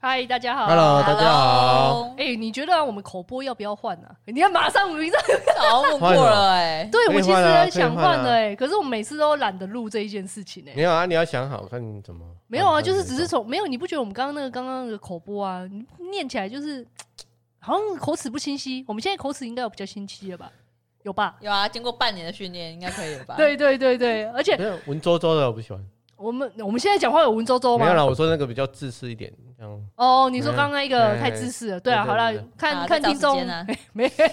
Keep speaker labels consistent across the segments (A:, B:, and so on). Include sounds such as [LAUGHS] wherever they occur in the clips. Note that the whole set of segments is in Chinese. A: 嗨，大家好。
B: Hello，大家好，
A: 哎、你觉得啊我们口播要不要换呢、啊？你看，马上 [LAUGHS] 明上，
C: 早问过了哎、
A: 对
B: 可以
A: 我其实
B: 换啊可以
A: 很想
B: 换啊
A: 换的哎、可是我每次都懒得录这一件事情哎、
B: 没有啊，你要想好看你怎么。
A: 没有啊，就是只是从没有，你不觉得我们刚刚那个刚刚那个口播啊，你念起来就是好像口齿不清晰。我们现在口齿应该有比较清晰了吧？有吧？
C: 有啊，经过半年的训练，应该可以了吧？，
A: 对对对对，而且
B: 没有文绉绉的，我不喜欢。
A: 我们我们现在讲话有文绉绉
B: 没有
A: 吗？
B: 啦，我说那个比较自私一点，这样
A: 哦，你说
B: 嗯
A: 刚刚那个
B: 嗯
A: 太自私了。对啊，
B: 对对
A: 好啦
B: 对对，
A: 看看听众， [LAUGHS]
C: 啊，
A: 没 [LAUGHS]
C: 就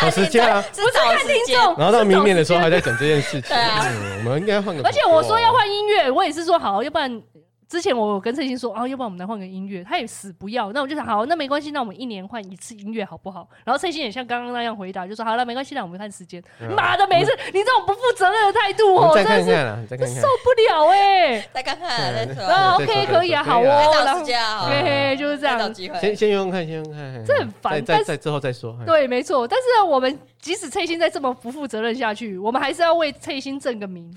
B: 找时
C: [LAUGHS]
B: 间啊
C: 是找时
A: 听
C: 间，
A: 众，
B: 然后到明年
A: [LAUGHS]
B: 的时候
A: 是找
B: 还
A: 时间
B: 在讲这件事情。
C: 对啊
B: 嗯，我们应该换个口播啊。
A: 而且我说
D: 哦
A: 要换音乐，我也是说好，要不然。之前我有跟蔡欣说啊，要不然我们来换个音乐，他也死不要。那我就想好，那没关系，那我们一年换一次音乐好不好？然后蔡欣也像刚刚那样回答，就说好了，没关系，那我们看时间。
B: 对啊
A: 妈的，每次你这种不负责任的态度哦
B: 我，们再
A: 真的
B: 看
A: 是
B: 看啦，你再看看
A: 受。不了哎、
C: 再看看啊再说，
A: 啊
B: 对对对
A: ，OK，
B: 对
A: 可以啊，
B: 对
A: 好
B: 可以啊
C: 再
A: 哦，然
C: 找
A: 后
C: 时间啊，
A: 嘿嘿，就是这
C: 再找
A: 样。
C: 机会，
B: 先先用看，先用看，
A: 这很烦
B: 再
A: 但
B: 再
A: 是
B: 再之后再说。哎嘿，
A: 对，没错。但是啊我们即使蔡欣再这么不负责任下去，我们还是要为蔡欣正个名。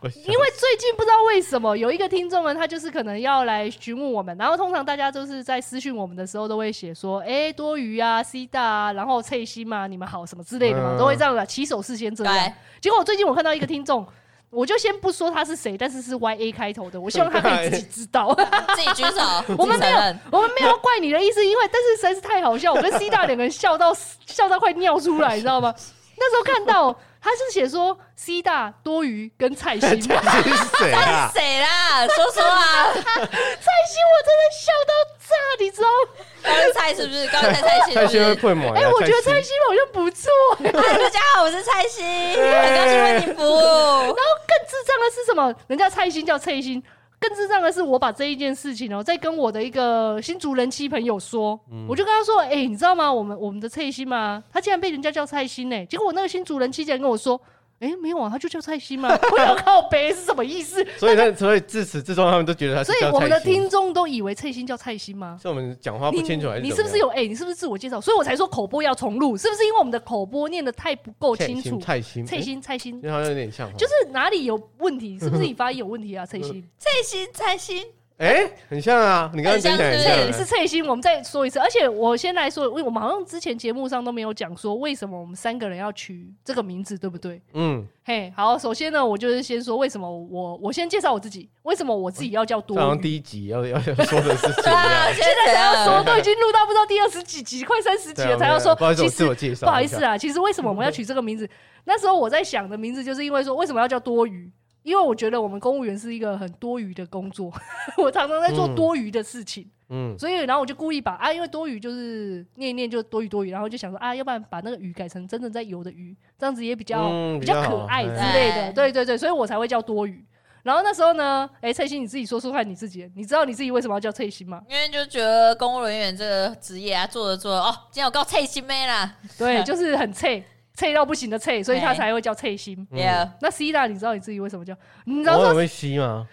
B: 我
C: [LAUGHS]
A: 因为最近不知道为什么有一个听众呢，他就是可能要来询问我们，然后通常大家就是在私讯我们的时候都会写说，哎、多余啊，C 大啊，然后翠心嘛，你们好什么之类的嘛，
B: 嗯
A: 都会这样的，起手是先这样
C: 对。
A: 结果我最近我看到一个听众。我就先不说他是谁，但是是 Y A 开头的，我希望他可以自己知道。
C: [LAUGHS] 自己举手，
A: [LAUGHS] 我们
C: 自己
A: 没
C: 承
A: 有
C: 认，
A: 我们没有要怪你的意思，因为但是实在是太好笑，我跟 C 大两个人笑到笑到快尿出来，你知道吗？那时候看到他是写说 C 大多余跟蔡心嘛，[LAUGHS]
C: [LAUGHS]
B: 这 [LAUGHS] 是谁
C: 那
B: 啊
C: 是？谁啦？说说啊，
A: 蔡心，我真的笑到炸，你知道吗？
C: 高丽菜是不是？高丽菜蔡心
B: 蔡
A: [LAUGHS]
C: 是
B: 心
C: 不
B: 会
C: 是？
B: 破毛呀。
A: 哎、我觉得
B: 哦蔡心
A: 蔡心好像不错、哎
C: 嗨，大家好，我是蔡心，很高兴为你
A: [LAUGHS]
C: 服务。
A: 然后更智障的是什么？人家蔡心叫蔡心，更智障的是我把这一件事情哦、再跟我的一个新竹人妻朋友说，
B: 嗯
A: 我就跟他说，哎、你知道吗？我们我们的蔡心嘛，他竟然被人家叫蔡心呢、结果我那个新竹人妻竟然跟我说。哎、没有啊，他就叫
B: [LAUGHS]
A: 蔡心嘛。我想靠北是什么意思？
B: 所以他所以自始至终他们都觉得他是
A: 所以
B: 叫
A: 我们的
B: 蔡心
A: 听众都以为蔡心叫蔡心吗？
B: 是我们讲话不
A: 你
B: 清楚还是
A: 你
B: 怎
A: 是不
B: 么
A: 是
B: 样
A: 有哎、你是不是自我介绍？所以我才说口播要重录，是不是因为我们的口播念的太不够
B: 蔡
A: 清楚
B: 心？蔡心
A: 蔡
B: 诶
A: 心，蔡心，
B: 你好像有点像哦，
A: 就是哪里有问题？是不是你发音有问题
B: [LAUGHS]
A: 啊？蔡心，
C: 蔡心，蔡心，
B: 哎，很像啊，你刚刚讲起来很
C: 很像
B: 像
C: 对
A: 对，
B: 啊，
A: 是蔡心。我们再说一次，而且我先来说，因为我们好像之前节目上都没有讲说为什么我们三个人要取这个名字，对不对？
B: 嗯，
A: 嘿，好，首先呢，我就是先说为什么我我先介绍我自己，为什么我自己要叫多
B: 这好像
A: 余？
B: 第一集要要要说的事情一
C: 对啊，
A: [LAUGHS]
B: 样。
C: 现在
A: 大家说
C: 怎
A: 都已经录到不知道第二十几集，快三十集
B: 对啊
A: 了才要说
B: 不好意。思，
A: 其
B: 我自
A: 实
B: 我介绍。
A: 不好意思，啊，其实为什么我们要取这个名字？ [LAUGHS] 那时候我在想的名字，就是因为说为什么要叫多余？因为我觉得我们公务员是一个很多余的工作， [LAUGHS] 我常常在做
B: 嗯
A: 多余的事情，
B: 嗯，
A: 所以然后我就故意把啊，因为多余就是念一念就多余多余，然后就想说啊，要不然把那个鱼改成真的在游的鱼，这样子也比较、
B: 嗯比
A: 比
B: 较
A: 较可
B: 好
A: 爱之
B: 哎
A: 类的。
C: 哎
A: 对对对，所以我才会叫多余。然后那时候呢，哎、蔡欣你自己说说看你自己，你知道你自己为什么要叫蔡欣
C: [LAUGHS]
A: 吗？
C: 因为就觉得公务人员这个职业啊，做着做着哦，今天我告蔡心妹啦，
A: 对，就是很脆脆到不行的脆，所以他
C: 哎
A: 才会叫蔡欣。
B: 嗯
C: yeah，
A: 那 C 大，你知道你自己为什么叫？你知道
B: 我
A: 说
B: 很会吸嘛，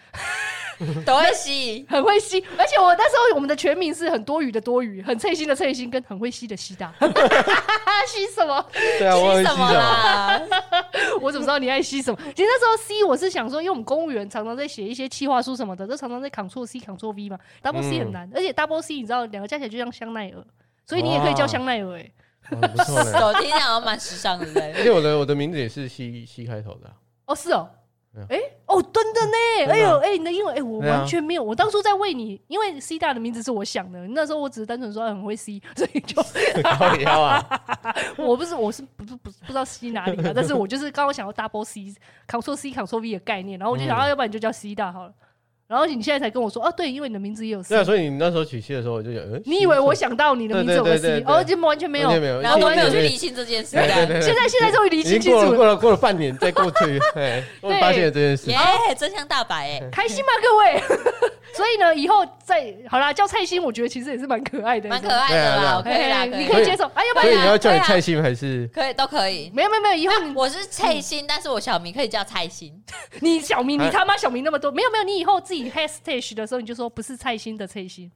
C: 都会
A: [LAUGHS]
C: 吸，
A: 很会吸，而且我那时候我们的全名是很多余的多余，很脆心的脆心，跟很会吸的吸大。 [LAUGHS] 吸什么？
B: 对啊，我很
C: 吸
B: 会
C: 什么
B: 吸嘛。
C: 啦？
A: 我怎么知道你爱吸什么？其实那时候 C 我是想说，因为我们公务员常常在写一些企划书什么的，都常常在 Ctrl C Ctrl V 嘛，Double
B: 嗯
A: C 很难，而且 Double C 你知道两个加起来就像香奈儿，所以你也可以叫香奈儿哎、欸
B: 哦不
A: [LAUGHS]
B: 错嘞。
C: [LAUGHS] 手听起来好像蛮时尚的
B: 而
C: 嘞，
B: 且我的我的名字也是西西开头的
D: [LAUGHS]
B: 啊，
A: 哦是哦
B: 对啊。
A: 哎、哦，真的呢！
B: 的啊
A: 哎呦，哎、你的英文，哎、我
B: 对啊
A: 完全没有。我当初在为你，因为 C 大的名字是我想的，那时候我只是单纯说哎很会 C，所以就
B: 高腰啊，
A: 我不是，我是不不不不知道 C 哪里啊，但是我就是刚刚想要 double C，Ctrl C Ctrl V 的概念，然后我就想，
B: 嗯
A: 啊，要不然你就叫 C 大好了。然后你现在才跟我说，哦，对，因为你的名字也有
D: 对啊，
A: C，
D: 所以你那时候取戏的时候，我就想，嗯，
A: 你以为我想到你的名字有个
D: 对对
A: C，
D: 对对对
A: 哦，结果完全没有
D: 完。全没有，
C: 然后都
D: 一
C: 没
D: 点
C: 有
D: 点
C: 去理清这件事，啊
D: 对对
C: 耶
D: 对，对
A: 现在现在终于理
D: 已
A: 清
D: 经
A: 清
D: 过
A: 楚
D: 了
A: 了，
D: 过了过了半年再过去， [LAUGHS] 哎，我
A: 对
D: 发现了这件事，
C: 真相大白，哎，
A: 开心吗，各位？ [LAUGHS] 所以呢，以后再好啦，叫蔡心，我觉得其实也是蛮可爱的，
C: 蛮可爱的啦，我可以啦，
A: 嘿
C: 可
A: 你
C: 以
A: 可
C: 啦，
A: 以接受。哎，要不
D: 所以
A: 然
D: 你要叫你
C: 对啊
D: 蔡心还是
C: 可以都可以。
A: 没有没有没有，以后
C: 那我是蔡心，但是我小名可以叫蔡心，
A: 你小明，你
D: 哎
A: 他妈小明那么多，没有没有，你以后自己 hashtag 的时候，你就说不是蔡心的蔡心，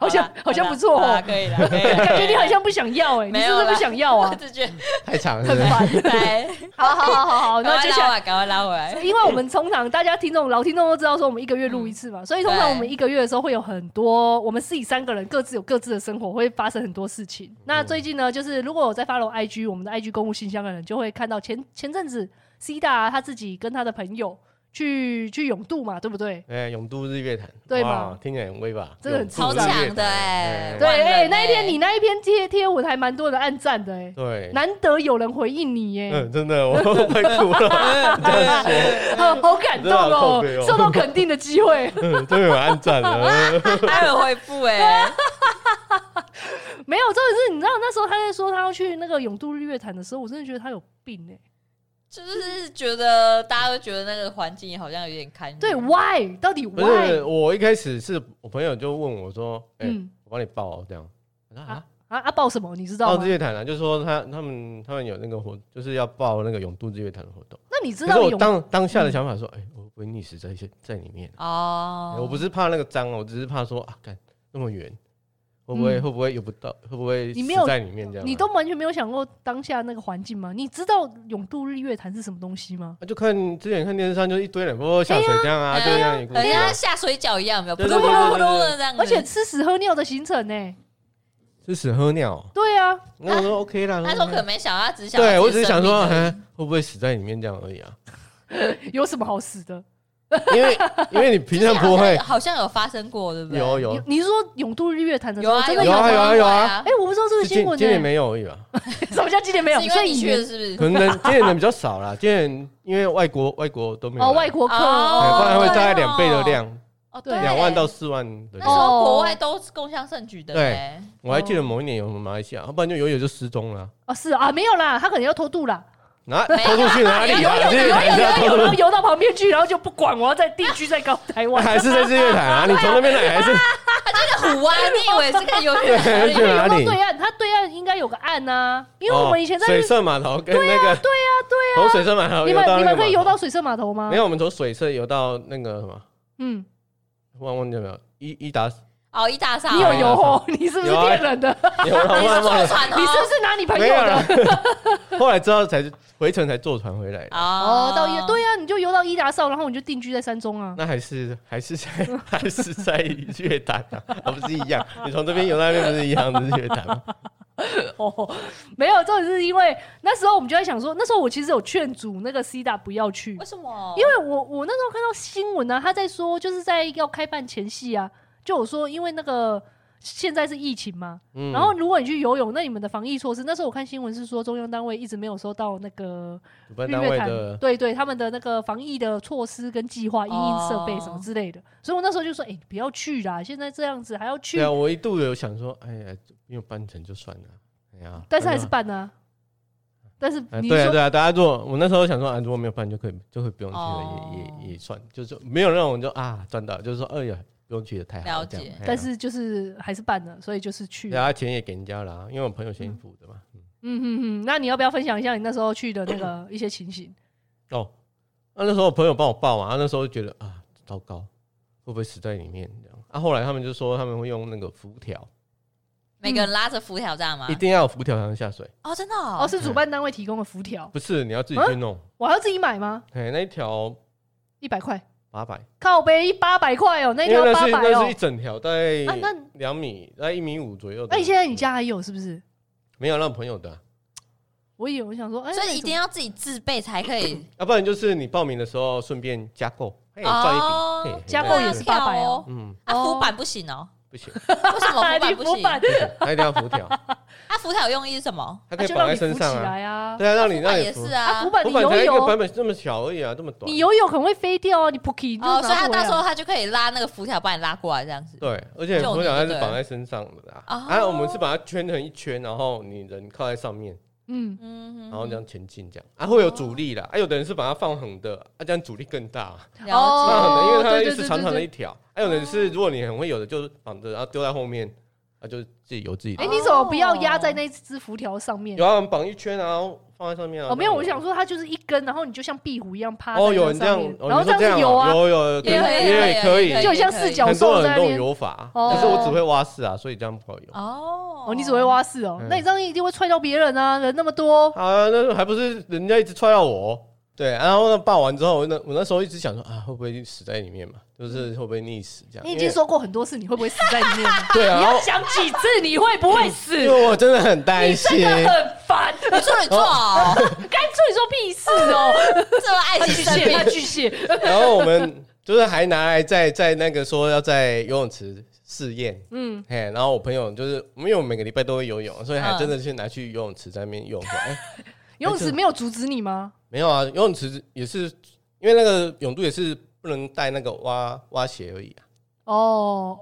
A: 好像
C: 啦
A: 好像
C: 啦
A: 不错
C: 好啦
A: 哦，
C: 可以了，可以啦
A: [LAUGHS] 感觉你好像不想要哎，你
C: 没
A: 是
C: 有
A: 不
C: 啦
A: 是不想要
C: 我
A: 啊？
C: 只觉得
D: 太长 [LAUGHS] 了是
A: 很
D: 不是？
A: 烦。
C: 来，
A: 好好好 [LAUGHS] 好好，那
C: 赶快
A: 接
C: 拉
A: 下
C: 回
A: 来。
C: 来，赶快拉回来，
A: 因为我们通常大家听众老听众都知道，说我们一个月录一次嘛，所以通常
C: 对
A: 我们一个月的时候会有很多，我们自己三个人各自有各自的生活，会发生很多事情。那最近呢，就是如果我在 follow IG 我们的 IG 公务信箱的人，就会看到前前阵子 C 大、他自己跟他的朋友去去永渡嘛，对不对？
D: 哎，永都日月潭，
A: 对
D: 哇
A: 嘛？
D: 听起来很威吧？
A: 真的很
D: 永都
C: 超
D: 日月
C: 强的
D: 潭
C: 哎，
A: 对，
C: 万人
A: 哎、
D: 欸
A: 那一天
C: 哎
A: 你那一篇贴贴文还蛮多人按赞的、哎，
D: 对，
A: 难得有人回应你、耶。 [LAUGHS]
D: 嗯，真的，我快哭了，这样说，
A: 好好感动
D: 真的好
A: 哦
D: 靠北，哦
A: 受到肯定的机
D: [LAUGHS]
A: 会。
D: 嗯，都有人暗
C: [LAUGHS]
D: 赞了，
C: 还有回复哎，
A: 没有，重点是你知道那时候他在说他要去那个永渡日月潭的时候，我真的觉得他有病哎、
C: [LAUGHS] 就是觉得大家都觉得那个环境好像有点堪忧
A: 对，why？到底
D: 嗯不是，
A: why？
D: 我一开始是我朋友就问我说：“哎、
A: 嗯
D: 我帮你报哦这样。”我说啊，
A: 啊啊报什么？你知道
D: 报
A: 吗
D: 日？月潭啊，就说他他们他们有那个活，就是要报那个永渡日月潭的活动。
A: 那你知
D: 可是
A: 道
D: 我
A: 永
D: 当当下的想法说：“哎、我会不会溺死在这在里面、
A: 嗯
D: 啊
C: 哦，
D: 哎我不是怕那个脏哦，我只是怕说啊，干那么远，会不会、
A: 嗯
D: 会不会游不到，会不会
A: 你
D: 死
A: 没有
D: 在里面这样啊、
A: 你都完全没有想过当下那个环境吗？你知道永渡日月潭是什么东西吗？
D: 啊就看之前看电视上就一堆人泼泼下水这样啊，
C: 哎呀
D: 就这样一个故
C: 很
D: 事啊
C: 像下水饺一样，有没有
D: 对
C: 扑
D: 对
C: 通
D: 对
C: 扑通
D: 对对
C: 扑通的这样子，
D: 嗯
A: 而且吃屎喝尿的行程呢、欸
D: 是死喝尿，哦
A: 对啊，
D: 那我说 OK 啦。
C: 他说可能没想到，他只是想
D: 对
C: 到
D: 我
C: 自
D: 只
C: 己
D: 是想
C: 生
D: 说，
C: 命而
D: 哎、
C: 已
D: 会不会死在里面这样而已啊？
A: 有什么好死的？
D: 因为因为你平
C: 就是
D: 常
C: 好像 [LAUGHS]
D: 不会
C: 好像有发生过，对不对？
D: 有有
A: 你你是说永渡日月潭的时
C: 有
A: 候
C: 啊
A: 真的
D: 有啊
A: 吗
D: 有啊有啊
A: 哎、，我不知道这个
D: 是
A: 新
D: 今
A: 闻、
D: 今年
A: 欸。
D: 没有而已吧？
A: 什么叫今年没有？
C: 是因
A: 所
C: 为
A: 以
C: 你去的是不是？
D: 可能 [LAUGHS] 今年人比较少啦，今年因为外国外国都没有来啊
A: 哦，外国客
D: 哎
A: 哦哦
C: 哦，
D: 不然会大概两倍的量，
C: 哦，对，
D: 两万到四万
C: 那
D: 的
C: 时
D: 量。
C: 候国外都是共享盛举的，
D: 对
C: 哎
D: 我还记得某一年有什么马来西亚，要不然就游泳就失踪了，
A: 哦是啊，没有啦，他可能要偷渡啦。哎
D: 哪
C: 没有
D: 偷出去哪里啊？这
A: 游游然后游到旁边去，然后就不管，我要在地区在搞台湾。
D: 还是在日月潭啊？你从那边来还是
C: 那湖啊，你以为是可以游泳的？
D: [LAUGHS] 对去哪
A: 到
D: 里？
A: 对岸，它对岸应该有个岸呐、因为
D: 哦
A: 我们以前在
D: 水
A: 日，啊
D: 色码头跟那个对呀
A: 对
D: 从水色码头
A: 你
D: 游
A: 们
D: 到
A: 你
D: 那
A: 们
D: 个
A: 可以
D: 码
A: 游
D: 头
A: 到水色码头吗？
D: 没有？我们从水色游到那个什么，
A: 嗯，
D: 忘忘记了没有？伊伊达
A: [LAUGHS]
C: 哦，一大
A: 你
C: 上
A: 有
D: 哦 [LAUGHS]
A: 游哦，你是不是
D: 有啊
A: 骗人的？
D: 有了
C: 你是
D: 忘了忘
C: 坐
D: 了，
C: 船哦，
A: 你是不是拿你朋友
D: 没有
A: 的？
D: 了。
A: [LAUGHS]
D: 后来知道才回程才坐船回来的。
A: 哦，
C: 哦
A: 到伊对呀、你就游到伊达邵，然后你就定居在山中啊。
D: 那还是还是在还是在越南啊，啊不是一样？你从这边游到那边不是一样的越南吗？
A: 哦， [LAUGHS] 没有，重点是因为那时候我们就在想说，那时候我其实有劝阻那个 C 大不要去
C: 为，什么？
A: 因为我我那时候看到新闻呢、啊，他在说就是在要开办前夕啊，就有说因为那个现在是疫情嘛，
D: 嗯
A: 然后如果你去游泳，那你们的防疫措施，那时候我看新闻是说中央单位一直没有收到那个
D: 主办
A: 日
D: 单
A: 月
D: 位
A: 潭，
D: 的
A: 对对，他们的那个防疫的措施跟计划、因应设备什
D: 哦
A: 么之类的，所以我那时候就说，哎、你不要去啦，现在这样子还要去
D: 对，啊，我一度有想说，哎呀，没有办成就算了，哎呀，
A: 但是还是
D: 反
A: 办啊。但是
D: 正。哎
A: 你
D: 对啊，
A: 说
D: 对啊，大家如果我那时候想说，啊，如果没有办就可以，就会不用去了，也
C: 哦
D: 也也算，就是说没有那种就啊赚到，就是说，哎呀，不用去也太好
C: 了
D: 这样
C: 解。
D: 哎呀啊
A: 但，是就是还是办了，所以就是去。
D: 然后钱也给人家啦，因为我朋友先付的嘛。嗯
A: 嗯哼哼，那你要不要分享一下你那时候去的那
D: [COUGHS]
A: 个一些情形？
D: 哦，那那时候我朋友帮我报嘛，他那时候就觉得啊，糟糕，会不会死在里面这样？啊，后来他们就说他们会用那个浮条，
C: 每个人拉着浮条这样吗
A: 啊
D: 一？定要有浮条才能下水，
C: 嗯哦，真的
A: 哦，
C: 哦，
A: 是主办单位提供的浮条，
D: 不是你要自己去弄。
A: 我还要自己买吗？
D: 哎、那一条
A: 一百块，
D: 八百，
A: 靠背八百块哦，那
D: 因
A: 条
D: 为那
A: 八
D: 是
A: 百
D: 哎那是
A: 哦
D: 一。整条，大
A: 啊
D: 概
A: 那
D: 两米，大概一米五左右的。
A: 哎那你现在你家还有是不是？
D: 没有让朋友的啊、
A: 我也有想说，哎，
C: 所
A: 那
C: 以
A: 你
C: 一定要自己自备才可
D: [LAUGHS]
C: 以。
D: 啊要、不然就是你报名的时候顺便加购，哎、赚一笔，嘿
A: 哦加购也
D: 对
A: 是
D: 对
A: 八百哦
D: 嗯，
C: 啊，
A: 哦
C: 浮板不行哦，
D: 不不行，
C: 为什么浮板
A: 你
C: 不
A: 浮
C: 行？
A: 板，
D: 它一定要浮条，
C: 它浮条用意是什么？
D: 它可
A: 啊
D: 以
A: 就
D: 绑
A: 让
D: 在
A: 你浮
D: 身
A: 起
D: 上啊。
A: 来啊。
D: 对啊，让你让
C: 板
D: 你
C: 也
D: 浮
C: 是。啊
A: 浮，板
D: 浮
A: 你
D: 板
A: 游
D: 才一个版
A: 泳，
D: 本这么小而已啊，这么短。
A: 你游泳很会飞掉哦，你扑 k
C: 哦，所以它到时候它就可以拉那个浮条把你拉过来这样子。
D: 对，而且
C: 就
D: 浮
C: 你
D: 条它
C: 就对
D: 是
C: 了
D: 绑在身上的啦。
C: 哦
D: 啊，我们是把它圈成一圈，然后你人靠在上面，
A: 嗯，哦
C: 嗯，
D: 然后这样前进，这样啊会有阻力啦。啊，有的人是把它放横的，啊这样阻力更大。
C: 了解
D: 那很
A: 哦
D: 能，因为它
A: 对对
D: 是
A: 对
D: 长长的
A: 对哦
D: 一条。还有的是，如果你很会游的，就是绑着，然后丢在后面，啊，就是自己游自己的
A: 哎，。你怎么不要
C: 哦
A: 压在那只浮条上面
D: 有？啊，我们绑一圈，然后放在上面啊。
A: 哦，没有，我
D: 这样
A: 想说它就是一根，然后你就像壁虎一样趴在
D: 哦，有
A: 那
D: 人这
A: 上
D: 样
A: 面，，
D: 哦
A: 然后
D: 你说
A: 这
D: 这
A: 样
D: 样
A: 子游
D: 啊，
A: 啊，
D: 有有
C: 也可以
D: 也可以，
A: 就很像四脚
D: 很多
A: 兽
D: 人
A: 在
D: 都
A: 那
D: 有
A: 边。
D: 游法，
A: 哦
D: 可是我只会蛙式啊，所以这样不好游。
C: 哦
A: 哦，你只会挖四哦
D: 嗯，
A: 那你这样一定会踹到别人啊，人那么
D: [LAUGHS]
A: 多。
D: 啊，那还不是人家一直踹到我？对，啊然后呢，抱完之后，我那我那时候一直想说啊，会不会死在里面嘛？就是会不会溺死这样？
A: 你已
D: 因
A: 经
D: 为
A: 说过很多次，你会不会死在里面？
D: [LAUGHS] 对啊，
A: 你
D: 然
A: 要
D: 后
A: 想几次你会不会
D: [LAUGHS]
A: 死？
D: 因为我真的很担
A: 你真
D: 心
A: 的，很烦，
C: 你处女座哦，
A: 干脆说屁事
D: [LAUGHS]
A: 哦。
C: 这么爱
A: 他
C: 惜
A: 巨
C: 生
A: 蟹，
C: 命
A: 他，巨蟹，
D: 然后我们就是还拿来在在那个说要在游泳池试验，
A: 嗯，
D: 嘿，然后我朋友就是因为我们每个礼拜都会游泳，所以还
C: 嗯
D: 真的去拿去游泳池在那边游。说
A: 嗯
D: 哎、
A: 游泳池没有阻止你吗？
D: 没有啊，游泳池也是因为那个泳度也是不能带那个蛙蛙鞋而已啊，
A: 哦，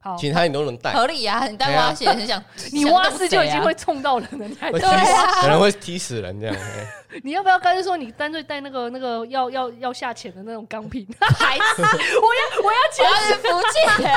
A: 好，
D: 其他你都能带，
C: 合理啊！你带蛙鞋很想，
A: 你挖四就已经会
D: 啊
A: 冲到人了，你还
D: 会踢
C: 对啊
D: 死，可能会踢死人这样。嘿
A: 你要不要干脆说你干脆带那个那个要要要下潜的那种钢瓶？ [LAUGHS]
C: 排斥，
A: 我要我要
C: 我
A: 潜
C: 要去福建，